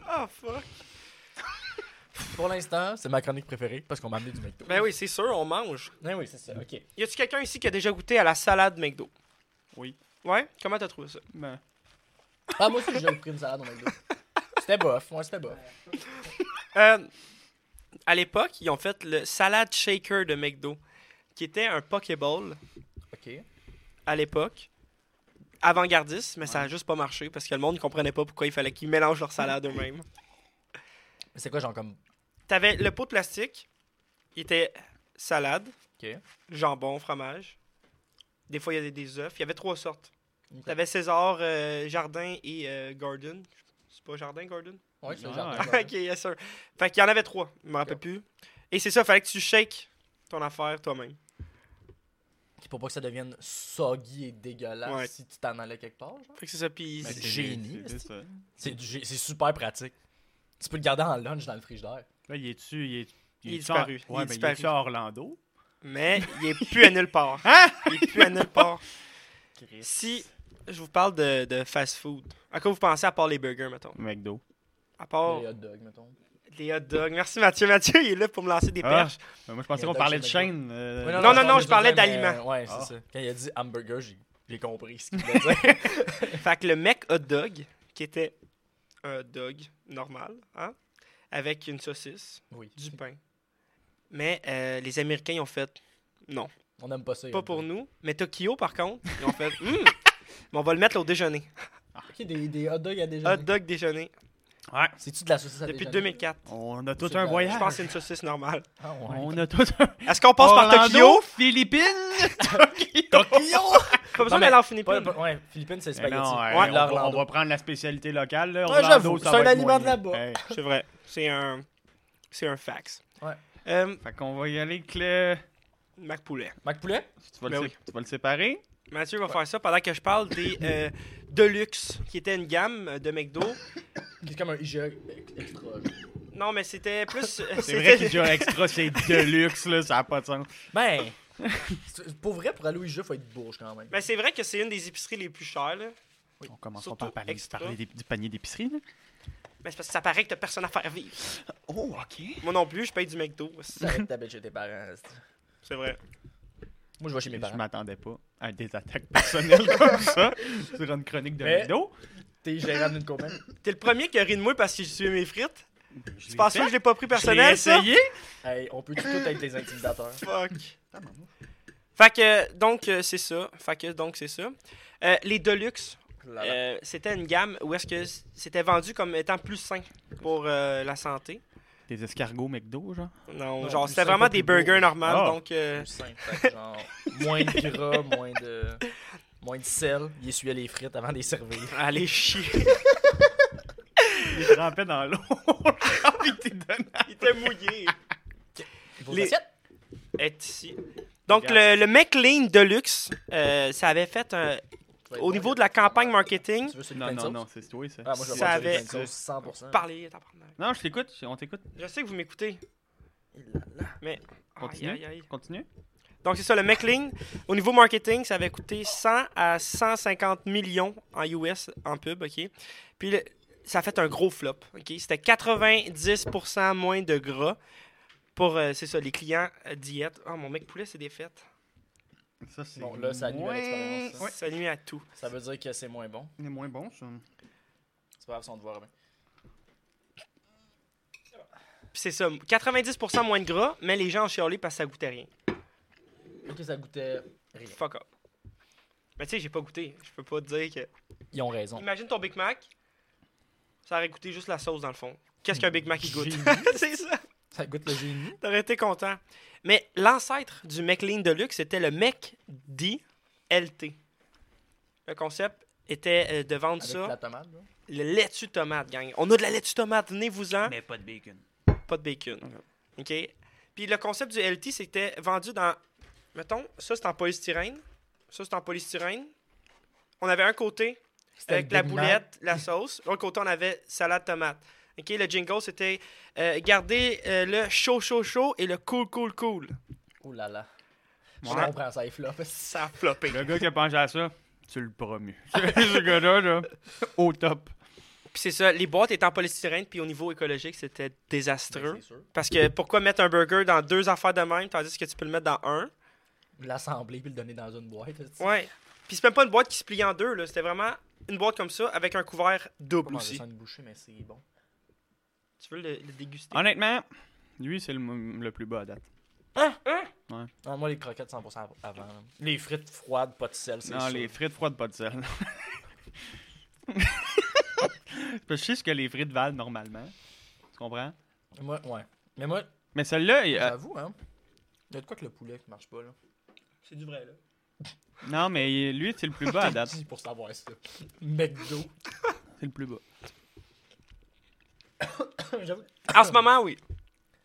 E: Ah, fuck.
B: Pour l'instant, c'est ma chronique préférée parce qu'on m'a amené du McDo.
E: Ben oui, c'est sûr, on mange.
B: Eh oui, c'est ça. Ok.
E: Y a-tu quelqu'un ici qui a déjà goûté à la salade McDo?
D: Oui.
E: Ouais? Comment t'as trouvé ça?
D: Ben,
B: Ah, moi aussi, j'ai pris une salade au McDo. C'était bof. Ouais, c'était bof.
E: Euh, à l'époque, ils ont fait le salade shaker de McDo, qui était un Pokéball
B: Ok.
E: à l'époque. Avant-gardiste, mais ça a juste pas marché parce que le monde comprenait pas pourquoi il fallait qu'ils mélangent leur salade eux-mêmes.
B: C'est quoi, genre, comme.
E: T'avais le pot de plastique, il était salade,
B: Ok.
E: jambon, fromage. Des fois, il y avait des œufs. Il y avait trois sortes. T'avais César, euh, Jardin et euh, Gordon. C'est pas Jardin, Gordon?
B: Ouais, c'est
D: Ouais.
B: genre.
E: Ah, (laughs) ok, yes sir. Fait qu'il y en avait trois, je me rappelle plus. Et c'est ça, fallait que tu shakes ton affaire toi-même.
B: Qui euh, pour pas que ça devienne soggy et dégueulasse
E: Ouais.
B: si tu t'en allais quelque part. genre.
E: Fait que c'est ça, puis
B: Mais
E: c'est-
B: c'est génie,
G: C'est
B: est-ce
G: ça.
B: C'est du- c'est super pratique. Tu peux le garder en lunch dans le frigidaire.
G: Là, il est-tu. Il est,
E: Il est
G: est-tu
E: disparu.
G: en- Ouais,
E: Il est
G: mais il
E: disparu.
G: est-tu à Orlando?
E: mais il est plus à nulle part. (laughs) Il est plus à nulle part. Si je vous parle de, de fast-food, à quoi vous pensez à part les burgers, mettons?
G: McDo.
E: À part
B: Les hot dogs, mettons.
E: les hot dogs. Merci Mathieu. Mathieu, il est là pour me lancer des
G: Ah.
E: perches.
G: Mais moi, je
B: Il
G: pensais
B: y a
G: qu'on parlait de
B: Dutch et
G: chaîne. euh,
B: Ouais,
E: non, non,
B: c'est
E: non,
B: pas
E: je
B: des
E: parlais
B: hot dogs, mais,
E: d'aliments.
B: euh, Ouais, c'est
G: Ah.
B: ça. Quand il a dit hamburger, j'ai- j'ai compris ce qu'il
E: (laughs)
B: voulait dire.
E: Fait que le mec hot dog, qui était un hot dog normal, hein, avec une saucisse,
B: Oui.
E: du pain. Mais euh, les Américains, ils ont fait non.
B: On aime pas ça.
E: Pas pour nous. Mais Tokyo, par contre, ils ont fait Hmm, (laughs) mais on va le mettre au déjeuner.
B: Ok, des, des hot dogs à
E: Hot
B: déjeuner.
E: dog déjeuner.
B: C'est-tu de la saucisse à
E: Depuis
B: déjeuner?
E: 2004.
G: On a tout
B: C'est
G: un
B: la-
E: Je
G: voyage.
E: pense que c'est une saucisse normale.
B: Ah ouais.
D: On a tout un.
E: Est-ce qu'on passe par Tokyo? (laughs)
D: Philippines.
E: Oh. Pas besoin
B: mais-
E: d'aller en Philippines.
B: Pas- pas- ouais, Philippines, c'est
G: Mais
B: spaghetti.
G: non, euh,
E: Ouais,
G: on, va, on
B: l'Orlando.
G: va prendre la spécialité locale. Là.
B: Ouais,
G: Orlando,
B: j'avoue,
G: ça
B: c'est
G: va
B: un
G: être
B: aliment de
G: moyen.
B: là-bas.
G: Hey,
E: C'est vrai. C'est un. C'est un fax.
B: Ouais.
E: Euh,
D: Fait qu'on va y aller avec le.
E: Mac Poulet.
B: Mac Poulet?
G: tu, vas
E: Ben
G: le, sé- tu vas le séparer?
E: Mathieu va faire ça pendant que je parle des euh, Deluxe, qui était une gamme euh, de McDo.
B: C'est comme un IGA extra.
E: Non, mais c'était plus.
G: C'est vrai
E: c'était-
G: qu'il dure extra, c'est de luxe, là, ça n'a pas de sens.
B: Ben, (laughs) c'est- pour vrai, pour aller au IGA, faut être bourge quand même.
E: Mais ben, c'est vrai que c'est une des épiceries les plus chères. Là.
G: On commence
E: Surtout
G: par parler,
E: extra.
G: parler des- du panier d'épicerie. là.
E: Mais Ben, c'est parce que ça paraît que t'as personne à faire vivre.
G: Oh, ok.
E: Moi non plus, je paye du McDo.
B: Ça arrête ta bête chez tes parents. c'est-
E: C'est vrai.
B: Moi, je vais chez mes
G: Je
B: parents.
G: m'attendais pas à des attaques personnelles (laughs) comme ça sur une chronique de
B: Mais-
G: McDo.
B: T'es gérant d'une compagnie.
E: T'es le premier qui a ri de moi parce que j'ai sué mes frites.
G: Je
E: Tu penses pas que je l'ai pas pris personnel, ça?
G: essayé.
B: Hey, on peut tout être des intimidateurs.
E: Fuck. Fait que, donc, euh, c'est ça. Fait que, donc, c'est ça. Euh, les Deluxe, euh, c'était une gamme où est-ce que c- c'était vendu comme étant plus sain pour euh, la santé.
G: Des escargots McDo,
B: (laughs)
G: genre.
E: Non,
B: Non,
E: genre,
B: plus
E: c'était
B: sain,
E: vraiment
B: pas
E: des
B: plus beau.
E: burgers normales,
G: Ah.
E: donc... euh,
B: Plus simple, fait que genre, moins de gras, moins de. Moins de sel. Il essuyait les frites avant de les servir.
E: Allez chier.
G: Ils te rampaient dans l'eau. Puis t'es donné.
E: (laughs) Il était mouillé.
B: Vos
E: Les-
B: assiettes?
E: Est ici. Donc, le, le McLean Deluxe, euh, ça avait fait un-
B: Ça va être
E: Au
B: bon,
E: niveau
B: là.
E: de la campagne marketing,
B: Tu veux celui
G: Non,
B: plein de
G: non,
B: sauce?
G: non, c'est toi, ça.
B: Ah, moi, je vais
E: Ça
B: prendre celui
E: avait-
B: plein de sauce, 100%.
E: parlez, tabarnak.
G: Non, je t'écoute, on t'écoute.
E: Je sais que vous m'écoutez. Mais.
G: Continue.
E: Aïe, aïe, aïe.
G: Continue.
E: Donc, c'est ça, le McLean, au niveau marketing, ça avait coûté 100 à 150 millions en US, en pub, OK? Puis, le- ça a fait un gros flop, OK? C'était 90 moins de gras pour, euh, c'est ça, les clients euh, diète. Oh, mon mec poulet, c'est des fêtes.
G: Ça, c'est
B: Bon, là, ça annule
G: moins-
B: l'expérience, hein.
G: Ouais,
E: Ça nuit à tout.
B: Ça veut dire que c'est moins bon.
G: c'est moins bon, ça.
B: C'est pas grave, son devoir. hein.
E: Puis, c'est ça, 90 moins de gras, mais les gens ont chialé parce que ça goûtait rien.
B: Ok, ça goûtait rien.
E: Fuck up. Mais tu sais, j'ai pas goûté. Je peux pas te dire que...
B: Ils ont raison.
E: Imagine ton Big Mac, ça aurait goûté juste la sauce, dans le fond. Qu'est-ce qu'un Big Mac, il (laughs) goûte? c'est ça.
B: Ça goûte le génie.
E: T'aurais été content. Mais l'ancêtre du McLean Deluxe, c'était le McD LT. Le concept était euh, de vendre
B: Avec
E: ça,
B: la tomate. là.
E: le laitue tomate, gang. On a de la laitue tomate, venez-vous-en,
D: Mais pas de bacon.
E: pas de bacon. OK? Puis le concept du LT, c'était vendu dans. Mettons, ça c'est en polystyrène, ça c'est en polystyrène. On avait un côté
B: C'était
E: avec
B: le
E: la
B: Big
E: boulette, (laughs) la sauce. L'autre côté, on avait salade tomate. OK, le jingle, c'était euh, garder euh, le chaud, chaud, chaud et le cool, cool, cool.
B: Mac. Ouh là là. Je
E: Ouais.
B: comprends ça, il flop.
E: Ça a floppé.
G: Le gars qui a pensé à ça, tu le promus. (laughs) Ce gars-là, là, au top.
E: Puis c'est ça, les boîtes étaient en polystyrène, puis au niveau écologique, c'était désastreux.
B: C'est sûr.
E: Parce que pourquoi mettre un burger dans deux affaires de même, tandis que tu peux le mettre dans un?
B: L'assembler puis le donner dans une boîte. là, tu sais.
E: Ouais. Puis c'est même pas une boîte qui se plie en deux, là. C'était vraiment une boîte comme ça, avec un couvert
B: Pas
E: double
B: manger
E: aussi.
B: ça une bouchée, mais c'est bon.
E: Tu veux le, le déguster?
G: Honnêtement, lui, c'est le, m- le plus bas à date.
B: Non, moi, les croquettes 100% av- avant. là. Les frites froides, pas de sel, c'est
G: Non,
B: sûr.
G: les frites froides, pas de sel. Parce que je sais ce que les frites valent normalement. Tu comprends?
B: Moi, ouais. Mais moi,
G: Mais celle-là, il- euh,
B: j'avoue, hein. Il y a de quoi que le poulet qui marche pas, là.
E: C'est du vrai, là.
D: Non, mais lui, c'est le plus bas à date.
B: Qui pour savoir ça? (laughs) McDo. (coughs)
D: C'est le plus bas.
B: J'avoue-
E: Ah, En ce moment, (laughs) oui.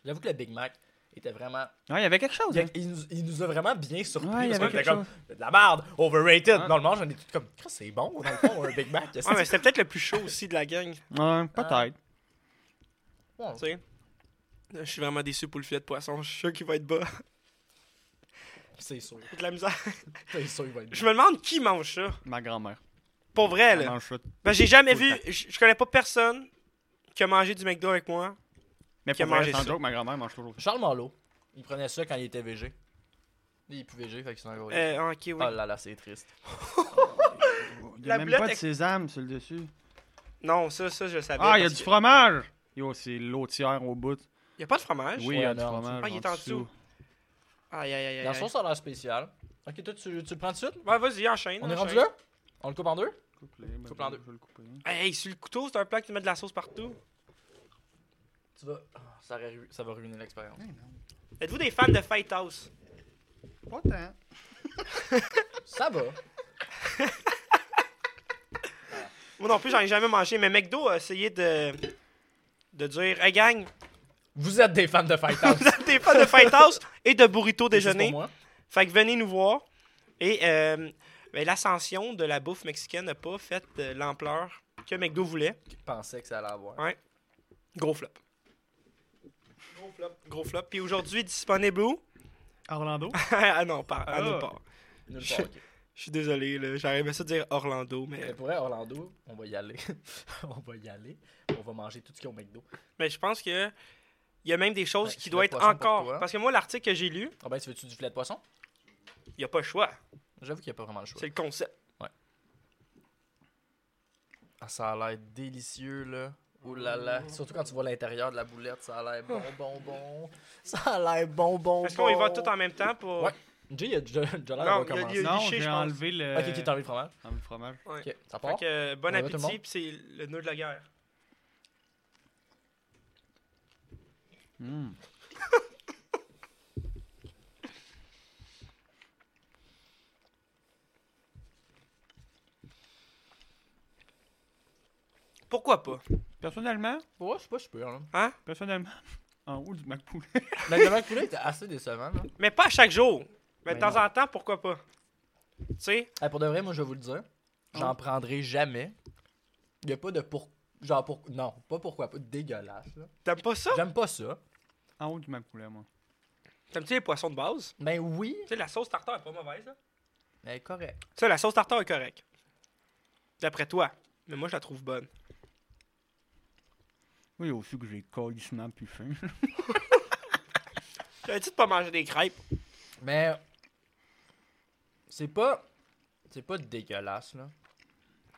B: J'avoue que le Big Mac était vraiment.
D: Ouais, il y avait quelque chose.
B: Il,
D: hein.
B: il nous, il nous a vraiment bien surpris.
D: Ouais, il
B: parce
D: y
B: qu'on
D: avait
B: était
D: quelque
B: comme, C'est de la merde, overrated.
D: Ouais.
B: Dans le monde, j'en ai tout comme, Christ, c'est bon, dans le fond, un Big Mac. qu'est-ce
E: Ouais,
B: que
E: mais c'était peut-être le plus chaud aussi de la (laughs) gang.
D: Ouais, peut-être.
B: c'est?
E: Tu sais. Je suis vraiment déçu pour le filet de poisson. Je suis sûr qu'il va être bas.
B: C'est sûr.
E: De la misère.
B: C'est sûr, il va être
E: Je me demande qui mange ça.
D: Ma grand-mère.
E: Pour vrai,
D: Elle
E: là.
D: mange ça.
E: Ben, j'ai jamais
D: Ah Tout le
E: vu. Je je connais pas personne qui a mangé du McDo avec moi.
D: Mais
E: Qui a
D: pour vrai,
E: mangé
D: sans
E: ça.
D: joke, ma grand-mère mange toujours ça.
B: Charles Marlot, il prenait ça quand il était VG. Il est plus VG, fait qu'il s'en encore.
E: Euh, ah, ok, oui.
B: Oh là là, c'est triste.
D: Il y
E: La
D: a même
E: boulette
D: pas de
E: ex-
D: sésame sur le dessus.
E: Non, ça, ça, je le savais.
D: Ah, il y a
E: parce
D: du
E: que-
D: fromage! Yo, c'est l'eau-tière au bout.
E: Y a pas de fromage?
D: Oui, il y
B: Ouais,
D: a du
B: non,
D: fromage.
E: Ah, il est en dessous. Aïe, aïe, aïe, aïe.
B: La sauce a l'air spéciale. Ok, toi, tu, tu le prends tout de suite?
E: Ouais, vas-y, enchaîne.
B: On est rendu
E: enchaîne.
B: là? On le coupe en deux? Coupe-le en
D: Je
B: deux.
D: vais le couper.
E: Hey, hey, sur le couteau, c'est un plat que tu mets de la sauce partout.
B: Tu vas. Ah, ça, aurait ru- ça va ruiner l'expérience.
E: Êtes-vous des fans de Fight House?
G: Pas tant.
B: (laughs) Ça va.
E: Moi non plus, j'en ai jamais mangé, mais McDo a essayé de. de dire, hey gang, (laughs)
B: Vous êtes des fans de Fight (laughs) House.
E: vous êtes des fans de Fight House et de burrito
B: C'est
E: déjeuner.
B: pour moi.
E: Fait que venez nous voir. Et euh, ben, l'ascension de la bouffe mexicaine n'a pas fait euh, l'ampleur que McDo voulait.
B: Je pensais que ça allait avoir.
E: Gros flop. Gros flop. Gros flop. Puis aujourd'hui, disponible où? (laughs)
G: Orlando?
E: ah non, pas. À nulle
D: Ah.
E: part.
B: Nulle
E: Je-
B: part, ok.
E: Je suis désolé, là. J'aurais aimé ça dire Orlando,
B: (laughs) Mais
E: mais.
B: pour vrai, Orlando, on va y aller. (laughs) on va y aller. On va manger tout ce qu'il y a au McDo.
E: Mais je pense que. Il y a même des choses
B: Ouais,
E: qui
B: filet
E: doivent
B: de Ben,
E: être
B: poisson pour
E: encore.
B: toi.
E: Parce que moi, l'article que j'ai lu,
B: Ah ben, tu veux-tu du filet de poisson?
E: il n'y a pas le choix.
B: J'avoue qu'il n'y a pas vraiment le choix.
E: C'est le concept.
B: Ah, ça a l'air délicieux, là. Ouh là là. Surtout quand tu vois l'intérieur de la boulette, ça a l'air bon, bon, bon. (laughs) Ça a l'air bon, bon,
E: Est-ce qu'on y va tout en même temps pour.
B: Ouais. Jay, il a déjà déjà l'air d'avoir
E: Non, il y a-
B: commencé.
E: il y a-
D: Non,
E: liché, je
D: j'ai
E: pense.
D: enlevé le.
B: Ok, qui t'a enlevé le fromage?
D: enlevé le fromage.
B: Ok, ça part.
E: Fait que, euh, bon
B: On y va, tout le
E: appétit,
B: monde?
E: puis c'est le nœud de la guerre.
B: Hmm.
D: Mm.
E: Pourquoi pas?
D: Personnellement,
B: Ouais, je sais pas, je peux, hein. là.
D: personnellement, en haut du McPool.
B: (laughs) La demande poulet était assez hein. décevant, là.
E: Mais pas à chaque jour. Mais de
D: Mais
B: Ben
E: temps
D: non.
E: en temps, pourquoi pas? Tu sais,
B: Hey, pour de vrai, moi, je vais vous le dire. J'en prendrai jamais. Il a pas de pour. Genre, pour. Non, pas pourquoi pas. Dégueulasse, là.
E: t'aimes pas ça?
B: J'aime pas ça.
D: En haut du McPool, moi.
E: T'aimes-tu les poissons de base?
B: Ben oui,
E: Tu sais, la sauce tartare est pas mauvaise, hein? là.
B: mais correct.
E: Ça, la sauce tartare est correcte. D'après toi. Mais moi, je la trouve bonne.
D: Oui, aussi que j'ai colissement plus faim.
E: T'avais-tu de pas manger des crêpes?
B: Mais c'est pas c'est pas dégueulasse là.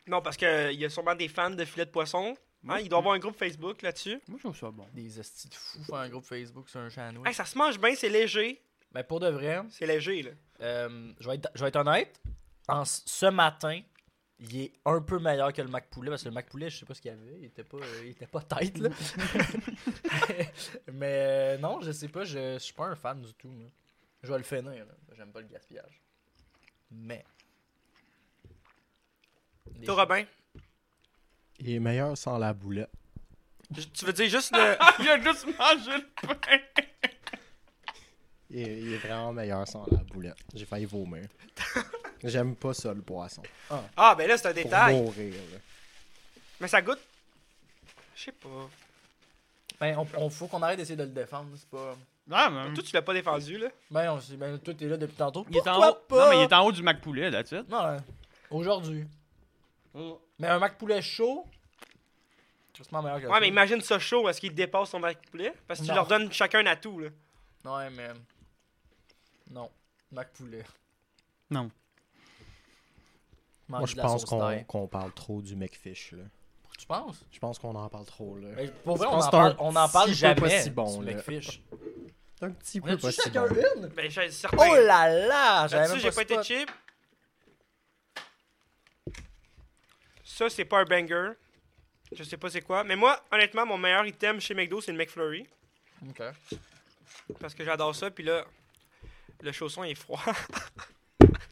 E: Non, parce qu'il y a sûrement des fans de filets de poisson. Hein, il doit y avoir un groupe Facebook là-dessus.
D: Moi, je trouve ça bon.
B: Des hosties de fous faire un groupe Facebook sur un channel.
D: Ah,
E: Hey, ça se mange bien, c'est léger.
B: Mais pour de vrai,
E: C'est léger, là.
B: euh, je vais être je vais être honnête, en ce ce matin, il est un peu meilleur que le Mac Poulet parce que le Mac Poulet, je sais pas ce qu'il y avait, il était pas euh, il était pas tête
D: (laughs)
B: là. mais euh, non, je sais pas, je, je suis pas un fan du tout. là. Je vais le finir là, j'aime pas le gaspillage. Mais Des
E: Toi, Robin,
C: Il est meilleur sans la boulette.
E: j- tu veux dire juste le.
D: (laughs)
E: (laughs)
D: Il a juste mangé le pain!
C: Il est, il est vraiment meilleur sans la boulette. J'ai failli vomir. J'aime pas ça, le poisson.
E: Ah, ben là, c'est un
C: Pour
E: détail.
C: mourir. là.
E: Mais ça goûte. Je sais pas.
B: Ben, on, on- faut qu'on arrête d'essayer de le défendre, c'est pas.
D: Ah, mais...
E: Toi, tu l'as pas défendu, là.
B: Ben, on, s'est- ben, tout est là depuis tantôt.
D: Il est en
B: Pourquoi
D: haut.
B: pas?
D: Non, mais il est en haut du McPoulet, là, tu
B: Ouais, aujourd'hui. Mais un mac poulet chaud, c'est meilleur que
E: Ouais,
B: ça.
E: mais imagine ça chaud, est-ce qu'il dépasse son bac poulet? Parce que tu
B: Non.
E: leur donnes chacun un atout, là.
B: Ouais, mais. Non, mac poulet.
D: Non.
C: Moi, je pense qu'on qu'on parle trop du McFish. Là.
B: Tu penses?
C: Je pense qu'on en parle trop. là.
B: Mais pour vrai,
C: Je
B: on
C: pense
B: en,
C: que c'est un
B: parle, on en parle
C: petit peu
B: jamais.
C: pas si bon,
B: du
C: là. (laughs)
B: McFish.
C: C'est un petit
B: On a
C: peu pas si
B: chacun
C: bon.
B: une?
E: Ben, j'ai certain.
B: Oh là là! J'avais même
E: Là-dessus, j'ai pas été
B: spot.
E: cheap. Ça, c'est pas un banger. Je sais pas c'est quoi. Mais moi, honnêtement, mon meilleur item chez McDo, c'est le McFlurry.
B: Ok.
E: Parce que j'adore ça. Puis là, le chausson il est froid.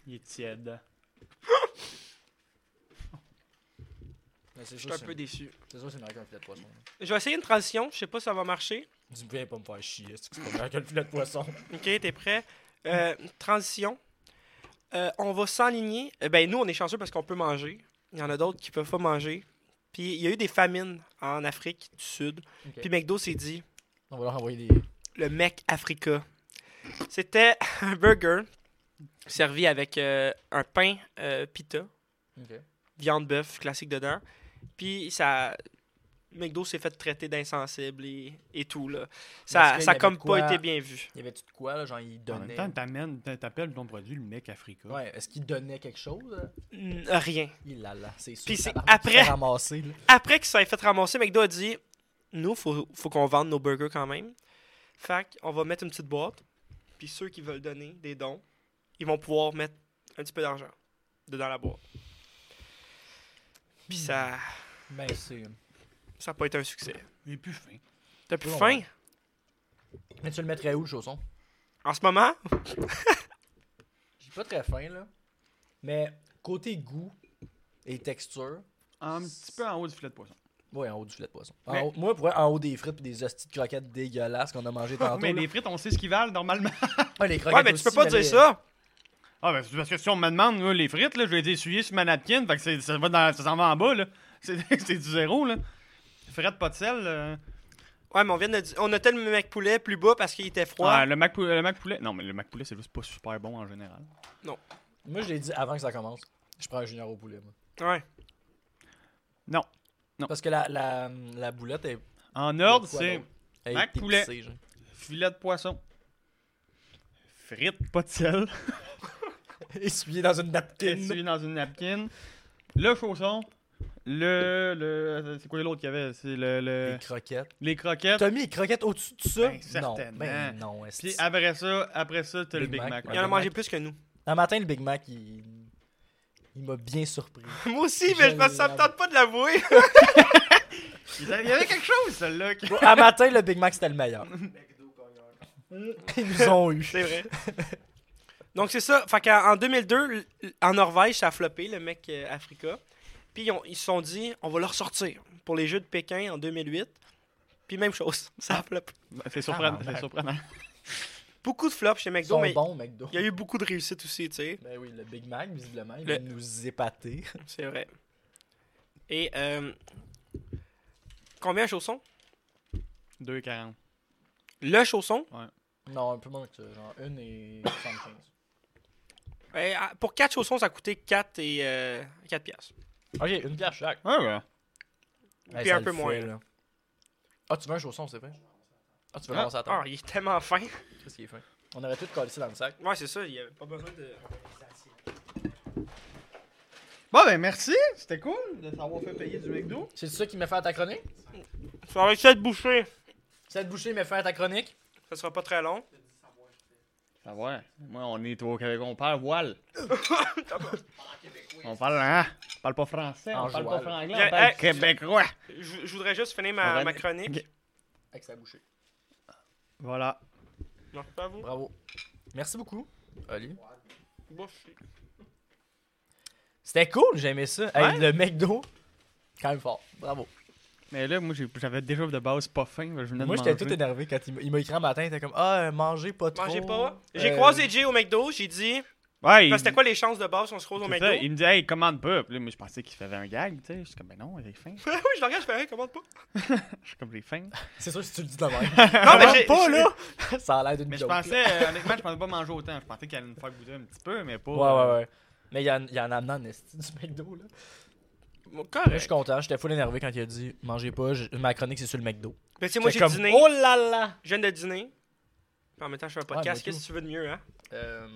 D: Il est tiède.
B: C'est
E: Je suis un peu déçu.
B: C'est sûr, c'est meilleur qu'un filet de poisson.
E: Je vais essayer une transition. Je sais pas si ça va marcher.
B: Tu viens pas me faire chier, c'est que c'est pas meilleur qu'un filet de poisson.
E: Ok, t'es prêt? Euh, transition. Euh, on va s'aligner. Eh ben, nous, on est chanceux parce qu'on peut manger. Il y en a d'autres qui peuvent pas manger. Puis il y a eu des famines en Afrique du Sud.
B: Ok.
E: Puis McDo s'est dit
B: On va leur envoyer des.
E: le mec Africa. C'était un burger servi avec euh, un pain euh, pita,
B: Ok.
E: viande bœuf classique dedans. Puis ça. McDo s'est fait traiter d'insensible et, et tout. Là.
B: Parce
E: Ça
B: qu'il y
E: ça a
B: avait
E: comme
B: de quoi-
E: pas été bien vu.
B: Il y avait-tu de quoi, là Genre, ils
D: En même
B: donnaient.
D: temps, t'amènes- t'a- t'appelles ton produit le mec Africa.
B: Ouais, est-ce qu'ils donnaient quelque chose euh?
E: N- Rien.
B: Il l'a là, c'est sûr.
E: Puis c'est
B: tabarnak,
E: après-
B: tu te fais ramasser, là.
E: Après qu'ils se soient fait ramasser, McDo a dit Nous, faut, faut qu'on vende nos burgers quand même. Fait qu'on va mettre une petite boîte. Puis ceux qui veulent donner des dons, ils vont pouvoir mettre un petit peu d'argent dedans la boîte. Puis ça
B: Ben, c'est.
E: ça a pas été un succès.
D: Il est plus fin.
E: T'as plus
B: Bon,
E: faim
B: Mais tu le mettrais où, le chausson
E: En ce moment
B: J'ai pas très faim, là. Mais côté goût et texture,
D: Un petit peu en haut du filet de poisson.
B: ouais, en haut du filet de poisson. En
D: Mais-
B: haut- moi, pour vrai, en haut des frites pis des hosties de croquettes dégueulasses qu'on a
E: (laughs)
B: mangé tantôt.
D: mais
B: là. (laughs)
D: les frites, on sait ce qu'ils valent normalement.
B: Ah, les croquettes
E: Ouais, mais tu peux
B: aussi,
E: pas dire
B: les-
E: ça.
D: Ah, ben, c'est parce que si on me demande, moi, les frites, là, je vais les essuyer sur ma napkin, fait que c'est- ça, va dans- ça s'en va en bas, là. (laughs) C'est c'est du zéro, là. Frites pas de sel. euh.
E: Ouais, mais on vient de dire- On a tellement le mec poulet plus bas parce qu'il était froid.
D: Ah, le, mac pou- le mac poulet. Non, mais le mac poulet, c'est juste pas super bon en général.
B: Moi, je l'ai dit avant que ça commence. Je prends un junior au poulet, moi.
E: Ouais.
B: Parce que la, la, la boulette est.
D: En ordre,
B: Quoi
D: c'est
B: d'autre? elle
D: Mac
B: est
D: poulet.
B: épicée, genre. (laughs)
D: filet de poisson. Frites pas de sel.
B: Essuyé dans une napkin.
D: Essuyé dans une napkin. Le chausson. Le. le c'est quoi l'autre qu'il y avait C'est le, le-
E: euh,
B: Des croquettes.
D: Les croquettes.
B: T'as mis les croquettes au-dessus de ça?
D: Ben,
B: non,
D: certainement.
B: ben non. est-ce
D: Puis
B: que-
D: après ça, après ça, t'as le
B: Big
D: Big
B: Mac,
D: Mac.
B: ouais.
E: Il en a mangé plus que nous. (laughs)
B: Un matin, le Big Mac, il, il m'a bien surpris.
E: Moi aussi, mais je me ça me tente pas de l'avouer.
D: Il y avait quelque chose, celle-là. qui-
B: Un matin, le Big Mac, c'était le meilleur. (laughs) Ils nous ont eu.
E: C'est vrai. (laughs) Donc, c'est ça. Fait qu'en en 2002, l- l- en Norvège, ça a floppé, le mec euh, Africa. Puis, ils ont- ils se sont dit, on va le ressortir pour les Jeux de Pékin en 2008. Puis, même chose, (laughs) ça a floppé.
D: C'est surprenant.
B: Ah,
D: c'est surprenant.
E: Beaucoup de flops chez
B: Ils
E: McDo,
B: sont
E: mais
B: bons, McDo.
E: il y a eu beaucoup de réussites aussi, tu sais.
B: Ben oui, le Big Mac, visiblement, il
E: Le-
B: va nous épater.
E: C'est vrai. Et, euh, combien de chaussons
D: 2,40.
E: Le chausson.
B: (laughs) Non, un peu moins que ça. Genre, une et 75.
E: Eh, ah, pour 4 chaussons, ça a coûté 4 et euh, 4 piastres.
B: Ok, une pierre chaque.
D: Ouais, Ah, ouais.
E: Puis un peu moins.
B: là. Ah, tu veux un chausson, c'est vrai? Ah, tu veux
D: Ah,
B: commencer à
E: Ah,
B: attendre?
E: il est tellement fin.
B: Qu'est-ce qu'il est fin? On aurait tout collé ça dans le sac.
E: Ouais, c'est ça, il n'y avait pas besoin de.
D: Bon, ben merci. C'était cool de s'avoir fait payer du McDo.
B: C'est ça qui m'a fait à ta chronique?
E: Ça va être boucher.
B: Cette bouchée m'a fait à ta chronique?
E: Ça sera pas très long.
D: Ça va. Moi, on est au Québec. On parle voile. on parle, hein? On parle pas français.
B: En
D: on parle
B: joual.
D: pas franglais.
E: Bien,
D: On parle
E: hey.
D: québécois.
E: Je je voudrais juste finir
D: On
E: ma,
D: va-
E: ma chronique.
B: Avec sa bouchée.
D: Voilà.
E: Non, pas vous.
B: Bravo. Merci beaucoup. Oli.
E: Boucher.
B: C'était cool, j'aimais ça. Hey, le McDo, quand même fort. Bravo.
D: Mais là, moi, j'ai- j'avais déjà de base pas faim. fait que Je venais de
B: Moi, j'étais
D: manger.
B: tout énervé quand il m'a- il m'a écrit un matin. Il était comme Ah, euh, mangez pas trop.
E: Mangez pas. J'ai
B: Euh,
E: croisé Jay au McDo, j'ai dit.
D: Ouais,
E: Parce que
D: il-
E: c'était quoi les chances de base si on se croise au
D: C'est
E: McDo?
D: ça,
E: Oui,
D: il me dit, hey, commande pas. Puis là, moi, je pensais qu'il faisait un gag, tu sais. Je suis comme, ben non, j'ai faim.
E: Ah je le regarde, je fais rien, commande pas.
D: Je suis comme, j'ai faim.
B: C'est sûr, si tu le dis de même.
D: (laughs)
E: Non, mais j'ai.
B: pas, là Ça a l'air d'une
D: Mais je
B: joke.
D: pensais, euh, honnêtement, je pensais pas manger autant. Je pensais qu'elle allait me faire goûter un petit peu, mais pas. euh,
B: Ouais, ouais, ouais. Mais il y en, il y en a amenant en esti du McDo, là.
E: Bon,
B: Moi, je suis
E: Correct.
B: content. J'étais full énervé quand il a dit Mangez pas, je- ma chronique, c'est sur le McDo.
E: Mais tu sais, moi,
B: J'étais
E: j'ai
B: comme,
E: dîné.
B: Oh là là
E: Je viens de dîner. En même temps, je fais un
B: Ouais,
E: podcast.
B: moi,
E: Qu'est-ce que tu veux de mieux, hein?
B: Euh.